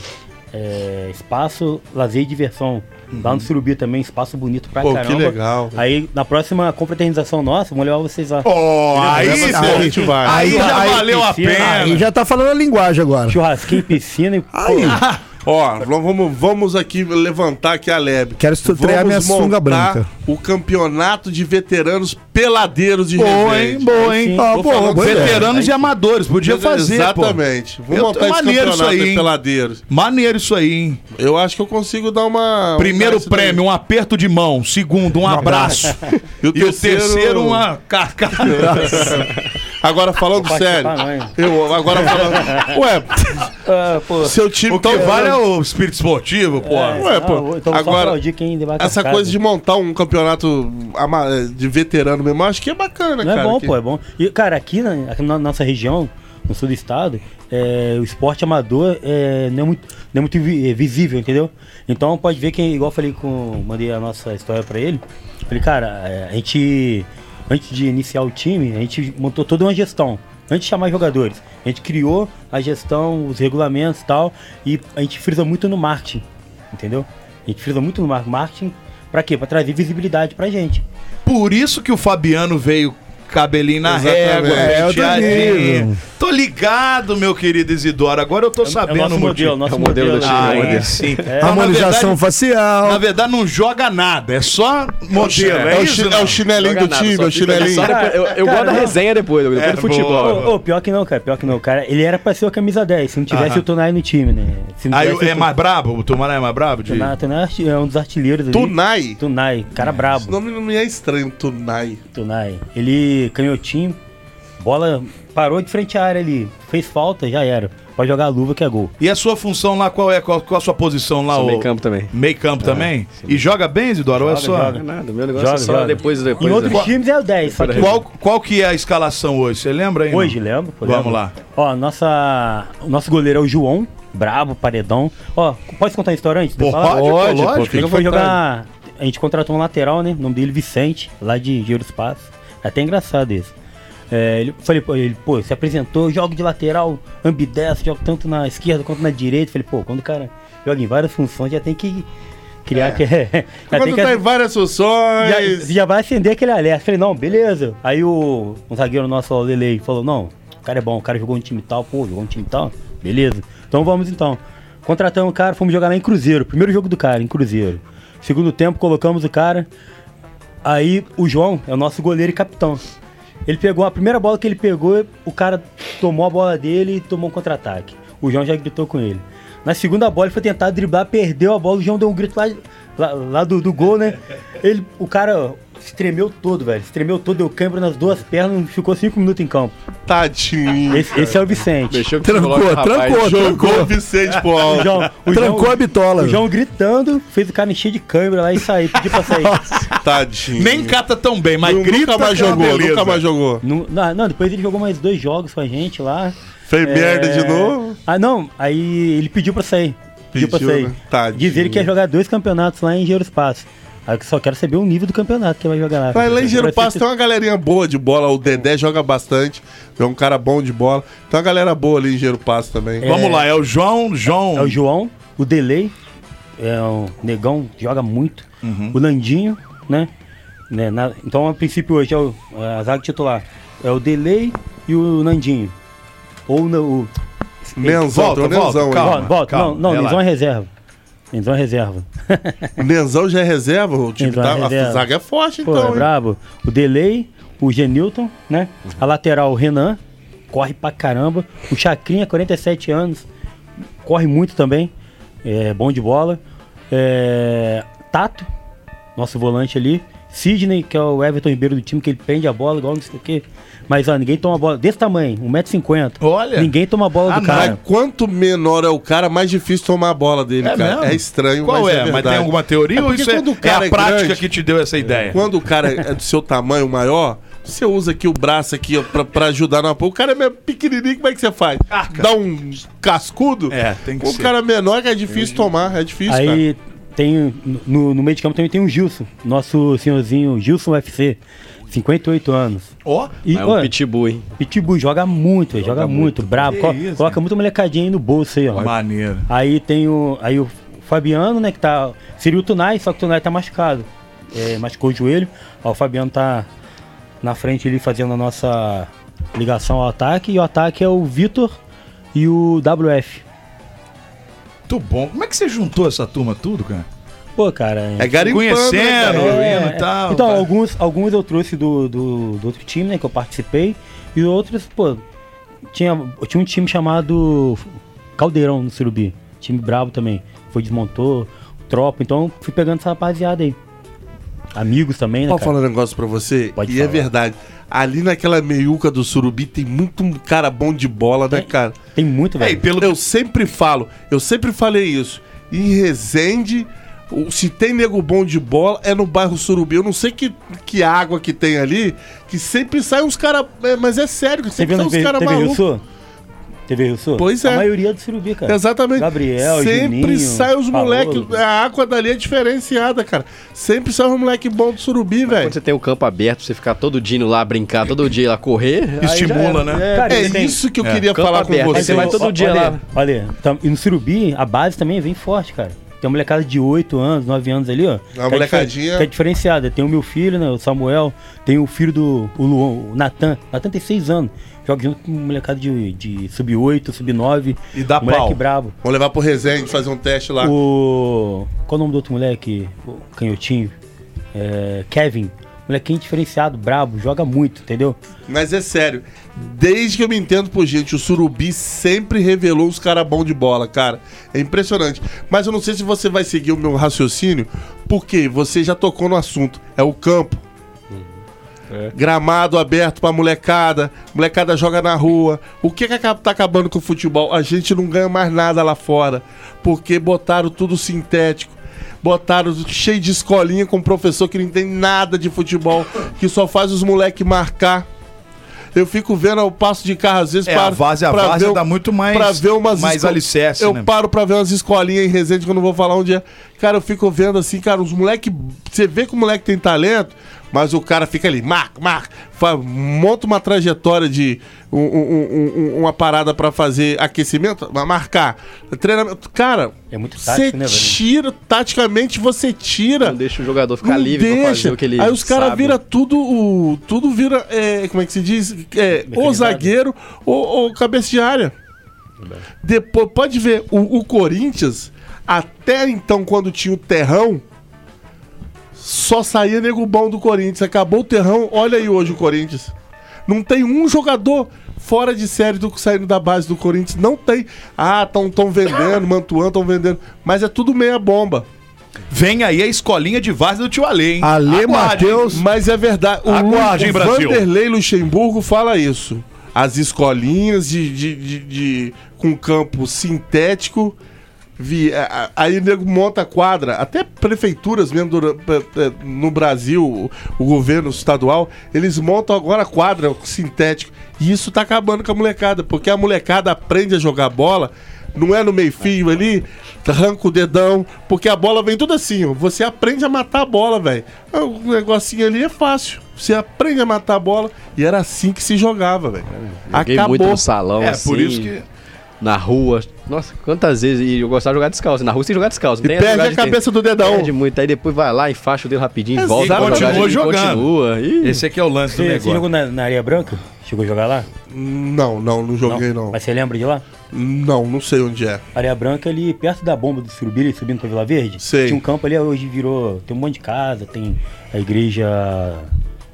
é, Espaço Lazer e Diversão. Lá no Surubi também, espaço bonito pra
Uhum. Pô, que
caramba.
legal.
Aí, na próxima confraternização nossa, vou levar vocês lá.
Ó, aí,
Beleza?
pô, aí já valeu a
piscina,
pena.
Aí já tá falando a linguagem agora.
Churrasquinho, piscina e.
Aí.
Ó, v- vamos, vamos aqui levantar aqui a leve.
Quero estrear minha sunga branca.
O campeonato de veteranos peladeiros de
Boa,
Resende.
hein? Boa, hein? Ó,
Vou
boa,
falar
boa
com
ideia. Veteranos e
Aí-
amadores, podia fazer, pô.
Exatamente. Vou
Eu tô-
montar esse
maneiro
campeonato
isso aí,
aí,
hein?
peladeiros.
Maneiro isso aí, hein?
Eu acho que eu consigo dar uma...
Primeiro
um-
prêmio, um aperto de mão. Segundo, um abraço.
E o terceiro,
Então, uma carcada.
Agora falando
Vou
sério.
participar, não, hein?
Eu, agora
é,
falando. Ué, seu time.
Então
quer-
vale o espírito esportivo, pô.
Ué, pô.
então
agora, essa coisa de montar um campeonato ama- de veterano mesmo, eu acho que é bacana,
Não
cara.
é bom,
que-
pô, é bom. E, cara, aqui na, aqui na nossa região, no sul do estado, é, o esporte amador é, não é muito, não é muito vi- é visível, entendeu? Então pode ver que, igual eu falei com. Mandei a nossa história pra ele. Falei, cara, é, a gente. Antes de iniciar o time, a gente montou toda uma gestão. Antes de chamar jogadores, a gente criou a gestão, os regulamentos e tal. E a gente frisa muito no marketing, entendeu? A gente frisa muito no mar- marketing. Pra quê? Pra trazer visibilidade pra gente.
Por isso que o Fabiano veio cabelinho na
Exatamente.
régua,
É, eu tô
penteadinho.
ligado.
Tô ligado, meu querido Isidoro. Agora eu tô sabendo
é nosso
É um o motivo.
modelo, nosso É o modelo modelo. do time, é o
Ah,
modelo.
é, sim.
É.
Tá
Então, na
Harmonização facial.
né?
Na verdade, não joga nada, é só modelo.
chi-
É,
é o
isso,
chi-
não?
é o chinelinho
Joga
do time, é o
fica
chinelinho.
nessa-
Cara, eu- eu guardo a resenha
depois,
depois do futebol.
Tipo, Ô, ô, pior que não, cara, pior que não, cara. Ele era pra ser o camisa 10, se não tivesse
Aham.
o Tonai no time, né? Se não
Aí
tivesse
é
o
mais brabo? O Tumaná é mais brabo? De...
Tonai, Tonai é arti- é um dos artilheiros ali.
Tunai?
Tunai, cara brabo. Esse
nome não me é estranho, Tunai.
Tunai. Ele, canhotinho, bola parou de frente à área ali, fez falta, já era. Pode jogar a luva que é gol.
E a sua função lá, qual é? Qual, qual a sua posição lá?
Sou
ô-
meio É,
campo também.
Meio campo
Ah,
também? E joga bem, Isidoro? Ou é
Joga,
só?
joga. Nada, meu negócio
é só depois- depois- né?
Em outros
Qual-
times é o 10, só que...
Qual, qual que é a escalação hoje? Você lembra ainda?
Hoje, lembro. pô,
Vamos
lembro.
lá.
Ó, nossa, o nosso goleiro é o João, brabo, paredão. Ó, pode contar a história antes?
Pô,
Fala.
pode, pô, lógico,
A
fica
gente
à
foi
vontade.
jogar... A gente contratou um lateral, né? O nome dele Vicente, lá de Giro Espaço. É até engraçado esse. É, ele, falei, pô, ele, pô, se apresentou, jogo de lateral, ambidestro, jogo tanto na esquerda quanto na direita. Falei, pô, quando o cara joga em várias funções, já tem que criar...
É.
Que, já tem
Quando
que-
tá em várias funções.
já, já vai acender aquele alerta. Falei, não, beleza. Aí o um zagueiro nosso, o Lelei, falou, não, o cara é bom, o cara jogou um time tal, pô, jogou um time tal. Beleza. Então vamos então. Contratamos o cara, fomos jogar lá em Cruzeiro. Primeiro jogo do cara, em Cruzeiro. Segundo tempo, colocamos o cara. Aí o João é o nosso goleiro e capitão. Ele pegou a primeira bola que ele pegou, o cara tomou a bola dele e tomou um contra-ataque. O João já gritou com ele. Na segunda bola ele foi tentar driblar, perdeu a bola, o João deu um grito lá, lá, lá do, do gol, né? Ele, o cara se tremeu todo, velho. Se tremeu todo, deu câimbra nas duas pernas, ficou cinco minutos em campo.
Tadinho.
Esse, esse é o Vicente.
Mexeu
Trancou, trancou, trancou.
O João- o
Trancou
João-
a bitola.
O João gritando, fez o cara encher de câimbra lá e sair, pediu pra sair.
Tadinho.
Nem cata tão bem, mas
Nunca
grita
mais
que é uma
jogou,
beleza.
nunca mais jogou.
Nu- Não, não, depois ele jogou mais dois jogos com a gente lá.
Fez
É.
É. merda de novo?
Ah, não. Aí ele pediu pra sair. Pediu, pra
Pediu,
sair.
né? Tadinho.
Diz ele que ia jogar dois campeonatos lá em Engenheiro Espaço. Aí eu só quero saber o nível do campeonato que vai jogar lá.
Mas lá em Giro
Parece
Passo tem uma galerinha boa de bola. O Dedé joga bastante. É um cara bom de bola. Tem uma galera boa ali em Giro Passo também.
Vamos lá, é o João, João.
um-
É o João, o Delay, é o Negão, joga muito.
Uhum.
O Landinho, né? Né, na- então, a princípio, hoje é o, a zaga titular. É o Delay e o Nandinho. Ou na- o.
Nenzão,
volta,
tem o
volta,
Nenzão aí.
calma,
Calma,
volta.
calma,
não, não,
relaxa.
Nenzão é reserva. Nenzão é reserva.
O Nenzão já é reserva? O time
Nenzão é
tá,
reserva.
A zaga é forte,
Pô,
então.
é
hein?
brabo. O Delay, o Genilton, né? A lateral, o Renan, corre pra caramba. O Chacrinha, 47 anos, corre muito também. É bom de bola. É, Tato, nosso volante ali. Sidney, que é o Everton Ribeiro do time, que ele prende a bola, igual não sei o quê. Mas ó, ninguém toma bola desse tamanho, 1,50m.
Olha!
Ninguém toma bola do cara.
Ah,
Ah,
Mas quanto menor é o cara, mais difícil tomar a bola dele,
É
cara.
mesmo?
É estranho,
Qual é?
mas é
mas tem
verdade.
alguma teoria
É
ou
porque
isso é,
quando o
é
cara
a
é
prática
grande-
que te deu essa ideia?
Quando o cara é do seu tamanho maior, você usa aqui o braço aqui ó, pra, pra ajudar na O cara é meio pequenininho, como é que você faz? Dá um cascudo? É, tem
que
o
ser.
cara menor que é difícil tomar, é difícil,
Aí tem. No, no meio de campo também tem o Gilson, nosso senhorzinho Gilson UFC, 58 anos.
Ó,
E,
É um
olha,
pitbull, hein?
Pitbull joga muito, velho, joga, muito, brabo.
Que
co-
isso,
coloca muito molecadinha aí no bolso aí, ó.
Maneiro.
Aí tem o. Aí o Fabiano, né, que tá. Seria o Tunai, só que o Tunai tá machucado. É, machucou o joelho. Ó, o Fabiano tá na frente ali fazendo a nossa ligação ao ataque. E o ataque é o Vitor e o WF.
Muito bom. Como é que você juntou essa turma tudo, cara?
Pô, cara.
É garimpando, Conhecendo, né, cara? indo e tal,
Então,
tá.
alguns, alguns eu trouxe do, do, do outro time, né? Que eu participei. E outros, pô. Tinha, tinha um time chamado Caldeirão no Surubi. Time brabo também. Foi, desmontou, tropa. Então, fui pegando essa rapaziada aí. Amigos também, né?
Pode
cara?
falar um negócio pra você? e é verdade. Ali naquela meiuca do Surubi tem muito um cara bom de bola, né, cara?
Tem muito,
velho. Eu sempre falo, eu sempre falei isso. Em Resende, o- se tem nego bom de bola, é no bairro Surubi. Eu não sei que, que água que tem ali, que sempre sai uns caras. mas é sério, que
Você
sempre
viu no
sai uns caras
TV Rio
malucos.
Sul? TV Rio Sul?
Pois é.
A maioria é do Surubi, cara.
Exatamente.
Gabriel,
Sempre
Juninho,
sai os
Paolo.
moleques. A água dali é diferenciada, cara. Sempre sai os moleque bom do Surubi, velho.
Quando você tem o campo aberto, pra você ficar todo dia indo lá brincar, todo dia lá correr. ah,
Estimula, né? Cara,
é
você tem-
isso que eu
É,
queria
campo
falar com
aberto.
você.
Aí você vai todo dia
olha,
lá.
Olha, tam- e no Surubi, a base também vem forte, cara. Tem uma molecada de 8 anos, 9 anos ali, ó. que é difer-
molecadinha.
que é diferenciada. Tem o meu filho, né? O Samuel. Tem o filho do o Luan, o Natan. Natan tem 6 anos. Joga junto com um molecada de, de sub-8, sub-9.
E dá
um moleque
pau.
brabo.
Vou levar pro Resende fazer um teste lá.
O. Qual o nome do outro moleque? O canhotinho. É, Kevin. Molequinho diferenciado, brabo, joga muito, entendeu?
Mas é sério, desde que eu me entendo por gente, o Surubi sempre revelou os caras bons de bola, cara. É impressionante. Mas eu não sei se você vai seguir o meu raciocínio, porque você já tocou no assunto. É o campo. Gramado aberto pra molecada, molecada joga na rua. O que, que acaba- tá acabando com o futebol? A gente não ganha mais nada lá fora, porque botaram tudo sintético. Botaram cheio de escolinha com professor que não entende nada de futebol, que só faz os moleques marcar. Eu fico vendo o passo de carro às vezes
É, a várzea- a várzea dá muito mais-
pra ver umas
mais alicerce,
Eu
né?
paro pra ver umas escolinhas em Resende que eu não vou falar onde é. Cara, eu fico vendo assim, cara, os moleque. Você vê que o moleque tem talento, mas o cara fica ali, marca, marca, fa- monta uma trajetória de um- um- um- um- uma parada pra fazer aquecimento, ma- marcar, treinamento. Cara,
É muito
você
tático, né, velho?
tira, taticamente você tira.
Não deixa o jogador ficar
é. Não
livre pra fazer o que ele
Aí os caras
sabe.
viram tudo, o, tudo vira, é, como é que se diz? É, ou zagueiro ou, ou cabeça de área. Depois, pode ver, o, o Corinthians, até então, quando tinha o terrão, só saía nego bom do Corinthians. Acabou o terrão, olha aí hoje o Corinthians. Não tem um jogador fora de série do que saindo da base do Corinthians. Não tem. Ah, estão tão vendendo, Mantuan estão vendendo. Mas é tudo meia bomba.
Vem aí a escolinha de várzea do tio Alê, hein?
Ale
Aguarde, hein?
Matheus. Mas é verdade. O,
Aguarde, hein,
o
Brasil.
Vanderlei Luxemburgo fala isso. As escolinhas de, de, de, de- com campo sintético. vi- a- a- aí o nego monta a quadra. Até prefeituras mesmo dura- pe- pe- no Brasil, o, o governo estadual, eles montam agora a quadra sintético. E isso tá acabando com a molecada, porque a molecada aprende a jogar bola. Não é no meio-fio ali, arranca o dedão, porque a bola vem tudo assim, ó. Você aprende a matar a bola, velho. O negocinho ali é fácil. Você aprende a matar a bola e era assim que se jogava, velho.
Joguei muito no salão,
É,
assim,
por isso que-
Na rua. Nossa, quantas vezes. E eu gostava de jogar descalço. Na rua sem jogar descalço. tem
perde
jogar
a
de
cabeça do dedão.
Perde muito. Aí depois vai lá, enfaixa o dedo rapidinho,
Exato.
volta.
E
pra jogar
continua
de-
jogando.
Continua. Ih.
Esse aqui é o lance do
Você, você
negócio.
jogou na, na Areia Branca? Chegou a jogar lá?
Não, não, não joguei não.
Mas você lembra de lá?
Não, não sei onde é.
Areia Branca ali, perto da bomba do Surubira, ali, subindo pra Vila Verde.
Sei.
Tinha um campo ali, hoje virou. Tem um monte de casa, tem a igreja.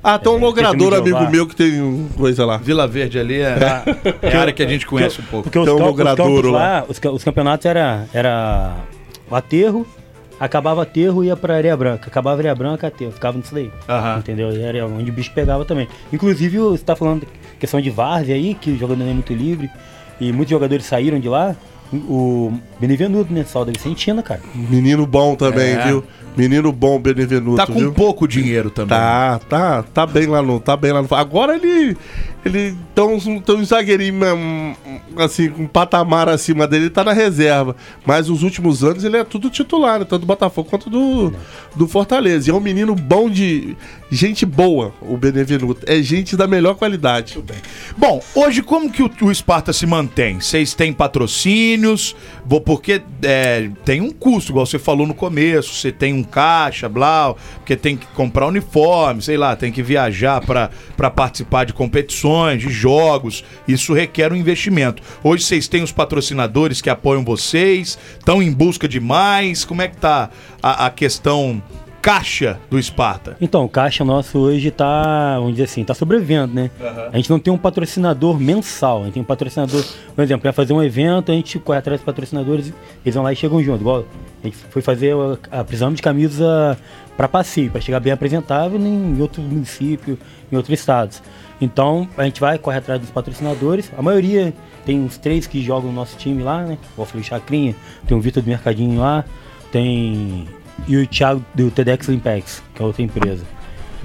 Ah, tem um
É,
logrador
testemunho de
amigo
Jeová.
meu que tem um coisa lá.
Vila Verde ali é, é a área que a gente conhece um pouco.
Porque os,
Tem um
cam- os
logradouro
campos
lá.
lá, os, ca- os campeonatos era, era o aterro, acabava o aterro e ia pra Areia Branca. Acabava a Areia Branca, aterro. Ficava nisso daí.
Aham.
Entendeu? E Era onde o bicho pegava também. Inclusive, o- você tá falando questão de várzea aí, que o jogador não é muito livre. E muitos jogadores saíram de lá. O Benevenuto, né? Saiu da Vicentina, cara.
Menino bom também,
É.
viu? Menino bom, Benevenuto,
Tá com
viu?
pouco dinheiro também.
Tá, tá, tá bem lá no, tá bem lá no. Agora ele, ele tão, tão um zagueirinho hum, assim, com um patamar acima dele, ele tá na reserva. Mas nos últimos anos ele é tudo titular, né? tanto do Botafogo quanto do, do Fortaleza. E é um menino bom de gente boa, o Benevenuto. É gente da melhor qualidade.
Bom, hoje como que o, o Esparta se mantém? Vocês têm patrocínios? Vou- Porque é, tem um custo, igual você falou no começo. Você tem um caixa, blá, porque tem que comprar uniforme, sei lá, tem que viajar pra pra participar de competições, de jogos. Isso requer um investimento. Hoje vocês têm os patrocinadores que apoiam vocês, estão em busca de mais. Como é que tá a, a questão caixa do Esparta?
Então, o caixa nosso hoje tá, vamos dizer assim, tá sobrevivendo, né?
Aham.
A gente não tem um patrocinador mensal, a gente tem um patrocinador, por exemplo, vai fazer um evento, a gente corre atrás dos patrocinadores, eles vão lá e chegam junto, igual A gente foi fazer a, a prisão de camisa para passeio, para chegar bem apresentável em outro município, em outros estados. Então a gente vai, corre atrás dos patrocinadores. A maioria tem uns três que jogam no nosso time lá, né? O Alfredo Chacrinha, tem o Vitor do Mercadinho lá, tem. E o Thiago do TEDx Limpex, que é outra empresa.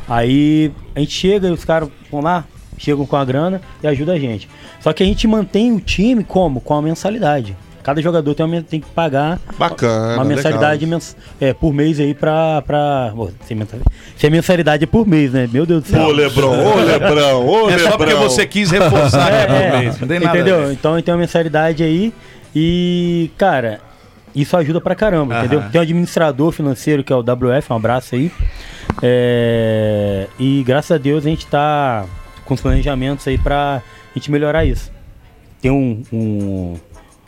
Aí a gente chega e os caras vão lá, chegam com a grana e ajudam a gente. Só que a gente mantém o time como? Com a mensalidade. Cada jogador tem, uma men- tem que pagar
Bacana,
uma mensalidade mens- é, por mês aí pra. pra Pô, sem, mensalidade, sem mensalidade é por mês, né? Meu Deus do céu.
Ô, Lebron, ô, Lebron, ô, É só porque Lebron. você quis reforçar que é por mês, não tem nada a
Entendeu?
ver.
Então ele tem uma mensalidade aí e, cara, isso ajuda pra caramba,
Aham.
entendeu? Tem um administrador financeiro que é o WF, um abraço aí. É, e graças a Deus a gente tá com os planejamentos aí pra gente melhorar isso. Tem um, um,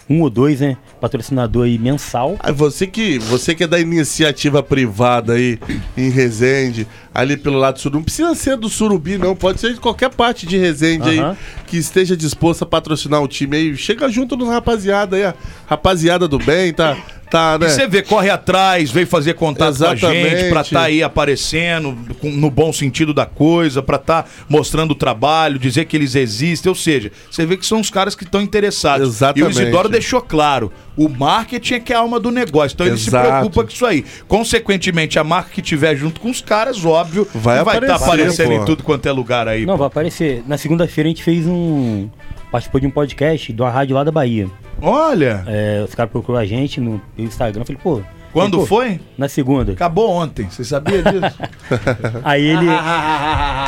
um ou dois, né? Patrocinador aí mensal.
Ah, Você que, você que é da iniciativa privada aí em Resende, ali pelo lado sul, não precisa ser do Surubi, não. Pode ser de qualquer parte de Resende aí
Aham.
que esteja disposto a patrocinar o time aí. Chega junto nos rapaziada aí, a rapaziada do bem, tá? tá né?
E você vê, corre atrás, vem fazer contato com a
Exatamente.
gente, pra estar aí aparecendo com- no bom sentido da coisa, pra estar mostrando o trabalho, dizer que eles existem. Ou seja, você vê que são os caras que estão interessados.
Exatamente.
E o Isidoro deixou claro: o marketing é que é a alma do negócio. Então ele se
Exato.
preocupa com isso aí. Consequentemente, a marca que tiver junto com os caras, óbvio,
Vai
vai estar
aparecer,
aparecendo
pô.
em tudo quanto é lugar aí.
Não, vai aparecer. Na segunda-feira a gente fez um. Participou de um podcast de uma rádio lá da Bahia. É,
Olha!
os caras procuraram a gente no Instagram. Eu Falei, pô.
Quando
Falei, pô,
foi?
Na segunda.
Acabou ontem, você sabia disso?
Aí ele.
Ah,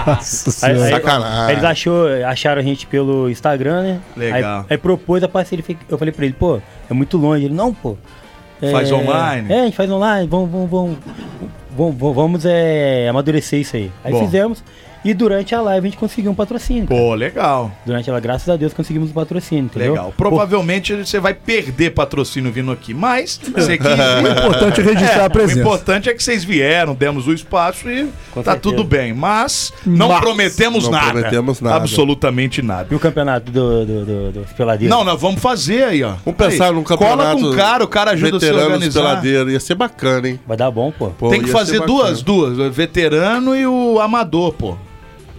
Nossa
Aí- aí-
Sacanagem.
aí Eles achou, acharam a gente pelo Instagram, né?
Legal.
Aí, aí propôs a parceria. Eu falei pra ele, pô, é muito longe. Ele, não, pô. é-
Faz online?
É, a gente faz online. Vamos, vamos, vamos, vamos, vamos, vamos, é, amadurecer isso aí. Aí
Bom.
fizemos. E durante a live a gente conseguiu um patrocínio.
Pô, legal.
Durante ela, graças a Deus, conseguimos um patrocínio, entendeu?
Legal. Provavelmente você vai perder patrocínio vindo aqui, mas você que...
O importante é registrar a presença.
O importante é que vocês vieram, demos o espaço e tá
certeza.
tudo bem. Mas não
Mas
prometemos
não
nada.
prometemos nada.
Absolutamente nada.
E o campeonato do, do, do, do Peladeiros?
Não, nós vamos fazer aí, ó.
Vamos pensar num campeonato.
Cola com o cara, o cara ajuda você a
veteranos
organizar.
peladeiro. Ia ser bacana, hein?
Vai dar bom, pô.
Tem que fazer duas, duas. Veterano e o amador, pô.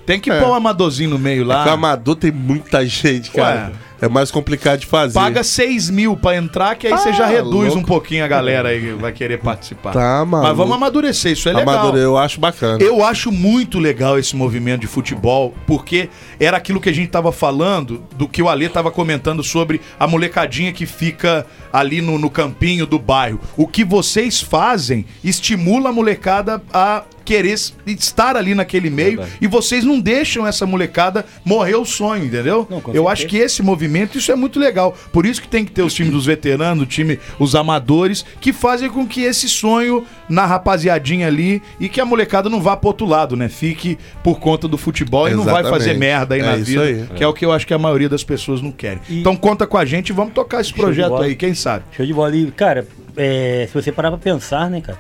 Tem que
É.
pôr o amadorzinho no meio lá.
Porque o Ah. amador tem muita gente, cara. É mais complicado de fazer.
Paga 6 mil pra entrar, que aí
Ah,
você já reduz
louco.
um pouquinho a galera aí que vai querer participar.
Tá, maluco.
Mas vamos amadurecer, isso é legal.
Amador, eu acho bacana.
Eu acho muito legal esse movimento de futebol, porque era aquilo que a gente tava falando, do que o Alê tava comentando sobre a molecadinha que fica ali no, no campinho do bairro. O que vocês fazem estimula a molecada a querer s- estar ali naquele meio e vocês não deixam essa molecada morrer o sonho, entendeu?
com
Eu
certeza.
acho que esse movimento, isso é muito legal. Por isso que tem que ter os times dos veteranos, o time, os amadores, que fazem com que esse sonho na rapaziadinha ali e que a molecada não vá pro outro lado, né? Fique por conta do futebol e não vai
Exatamente.
fazer merda aí
É
na
isso
vida,
aí.
que é o que eu acho que a maioria das pessoas não querem. Então conta com a gente e vamos tocar esse
Show de
projeto
bola.
aí, quem sabe?
Show de bola. E, cara, é, se você parar pra pensar, né, cara,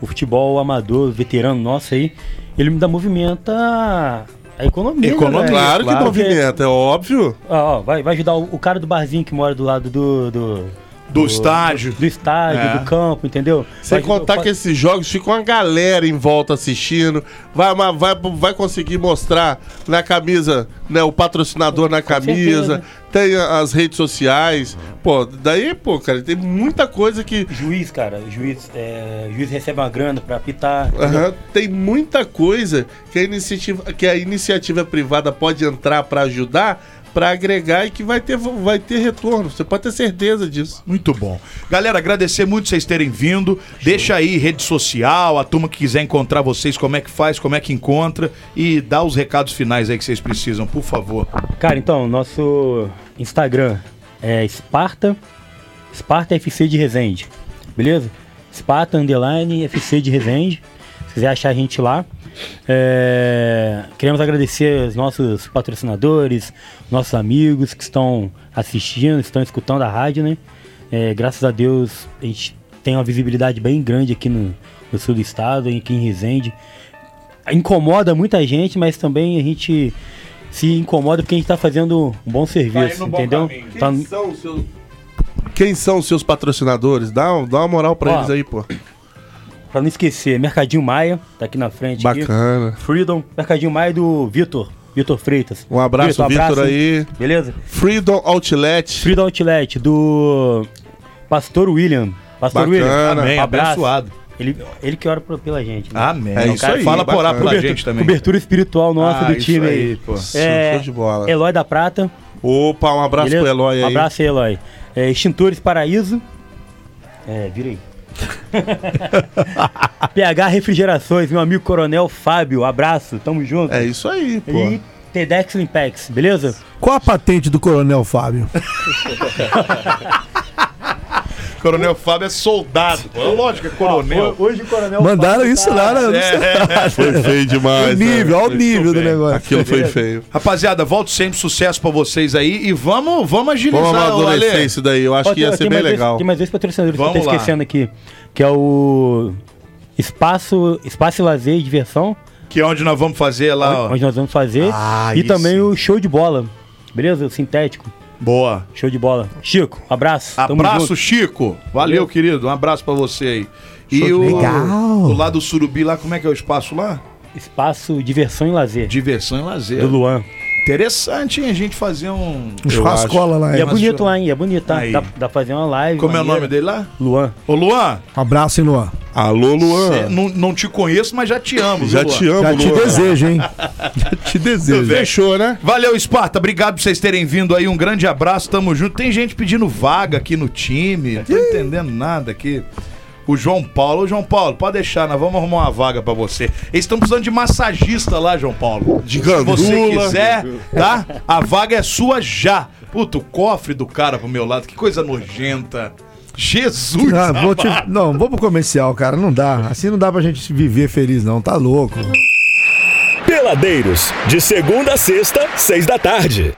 o futebol amador, veterano nosso aí, ele me dá movimenta a economia. né,
Economia,
velho?
claro que
Porque,
movimenta, é óbvio.
ó, ó, vai, vai ajudar o, o cara do barzinho que mora do lado do. Do,
Do estádio.
Do, estádio,
É.
do campo, entendeu?
Sem
Vai-
contar que esses jogos ficam uma galera em volta assistindo, vai, uma- vai, vai conseguir mostrar na camisa, né, o patrocinador na camisa,
certeza.
tem a- as redes sociais. Pô, daí, pô, cara, tem muita coisa que.
Juiz, cara, juiz, é, juiz recebe uma grana pra apitar.
Aham, tem muita coisa que a iniciativa, que a iniciativa privada pode entrar para ajudar, para agregar e que vai ter, vai ter retorno. Você pode ter certeza disso.
Muito bom. Galera, agradecer muito vocês terem vindo. Deixa aí rede social, a turma que quiser encontrar vocês, como é que faz, como é que encontra e dá os recados finais aí que vocês precisam, por favor.
Cara, então, nosso Instagram é Esparta, Esparta FC é de Resende, beleza? Esparta Underline FC de Resende, se quiser achar a gente lá. É, Queremos agradecer os nossos patrocinadores, nossos amigos que estão assistindo, estão escutando a rádio, né? É, graças a Deus a gente tem uma visibilidade bem grande aqui no, no sul do estado, aqui em Resende incomoda muita gente, mas também a gente
um
se incomoda porque a gente tá fazendo um bom serviço, entendeu? Tá-
são os seus Quem são os seus patrocinadores? Dá, um, dá uma moral pra
Ó,
eles aí, pô.
Pra não esquecer, Mercadinho Maia, tá aqui na frente. aqui.
Bacana.
Freedom, Mercadinho Maia do Vitor, Vitor Freitas.
Um abraço, Vitor, aí.
Beleza?
Freedom Outlet.
Freedom Outlet do Pastor William. Pastor
Bacana.
William,
Amém,
abraço.
abençoado.
Ele, ele que ora pro- pela gente.
Amém.
o
É isso
cara
aí,
que
fala por lá pela
Cobertura-
gente também.
Cobertura espiritual nossa
Ah,
do
isso
time aí.
aí, pô.
É,
Show de bola.
Eloy da Prata.
Opa, um abraço
Beleza?
pro Eloy aí.
Um abraço aí, Eloy. É, Extintores Paraíso. É, vira aí. PH Refrigerações, meu amigo Coronel Fábio. Abraço, tamo junto.
É isso aí, pô.
E TEDx Limpex, beleza?
Qual a patente do Coronel Fábio?
Coronel Fábio é soldado. pô. É Lógico, é coronel.
Hoje o Coronel tá
Mandaram isso lá, né?
É, é, é.
Foi feio demais. né?
O nível, olha o
Muito
nível do
bem.
negócio.
Aquilo foi feio.
Rapaziada, volto sempre, sucesso pra vocês aí e vamos, vamos agilizar
Vamos
o
amadurecer
Ale.
isso daí. Eu acho
Ó,
que ia
tem-
ser
tem
bem
mais dois-
legal.
tem mais dois patrocinadores que eu
Vamos
tô
lá.
esquecendo aqui, que é o Espaço, Espaço e Lazer e Diversão,
Que é onde nós vamos fazer lá, ó.
onde nós vamos fazer,
Ah,
e
isso.
também o Show de Bola, beleza? O sintético,
Boa.
show de bola. Chico, abraço. tamo
Abraço,
junto.
Chico. Valeu, querido. Um abraço pra você aí. E o,
Legal.
o lado do Surubi lá, como é que é o espaço lá?
Espaço Diversão e Lazer,
Diversão e lazer.
do Luan.
Interessante, hein, a gente fazer um...
Um churrascola lá.
E é
hein?
bonito lá, hein? É bonito, tá?
Aí.
Dá, dá pra fazer uma live.
Como é o
maneiro.
nome dele lá?
Luan.
Ô, Luan,
Um abraço, hein, Luan?
cê-
Alô, Luan.
não, não te conheço, mas já te amo,
Já
viu, Luan?
te amo,
Já te
Luan.
desejo, hein? Já te desejo.
Fechou, né?
Valeu, Esparta. Obrigado por vocês terem vindo aí. Um grande abraço, tamo junto. Tem gente pedindo vaga aqui no time. Não tô entendendo nada aqui. O João Paulo. Ô, João Paulo, pode deixar, nós vamos arrumar uma vaga pra você. Eles estão precisando de massagista lá, João Paulo.
De
Se você
gandula.
quiser, tá? A vaga é sua já. Puta, o cofre do cara pro meu lado, que coisa nojenta. Jesus!
Ah, vou
amado.
te... Não, vou pro comercial, cara. Não dá. Assim não dá pra gente viver feliz, não. Tá louco.
Peladeiros, de segunda a sexta, seis da tarde.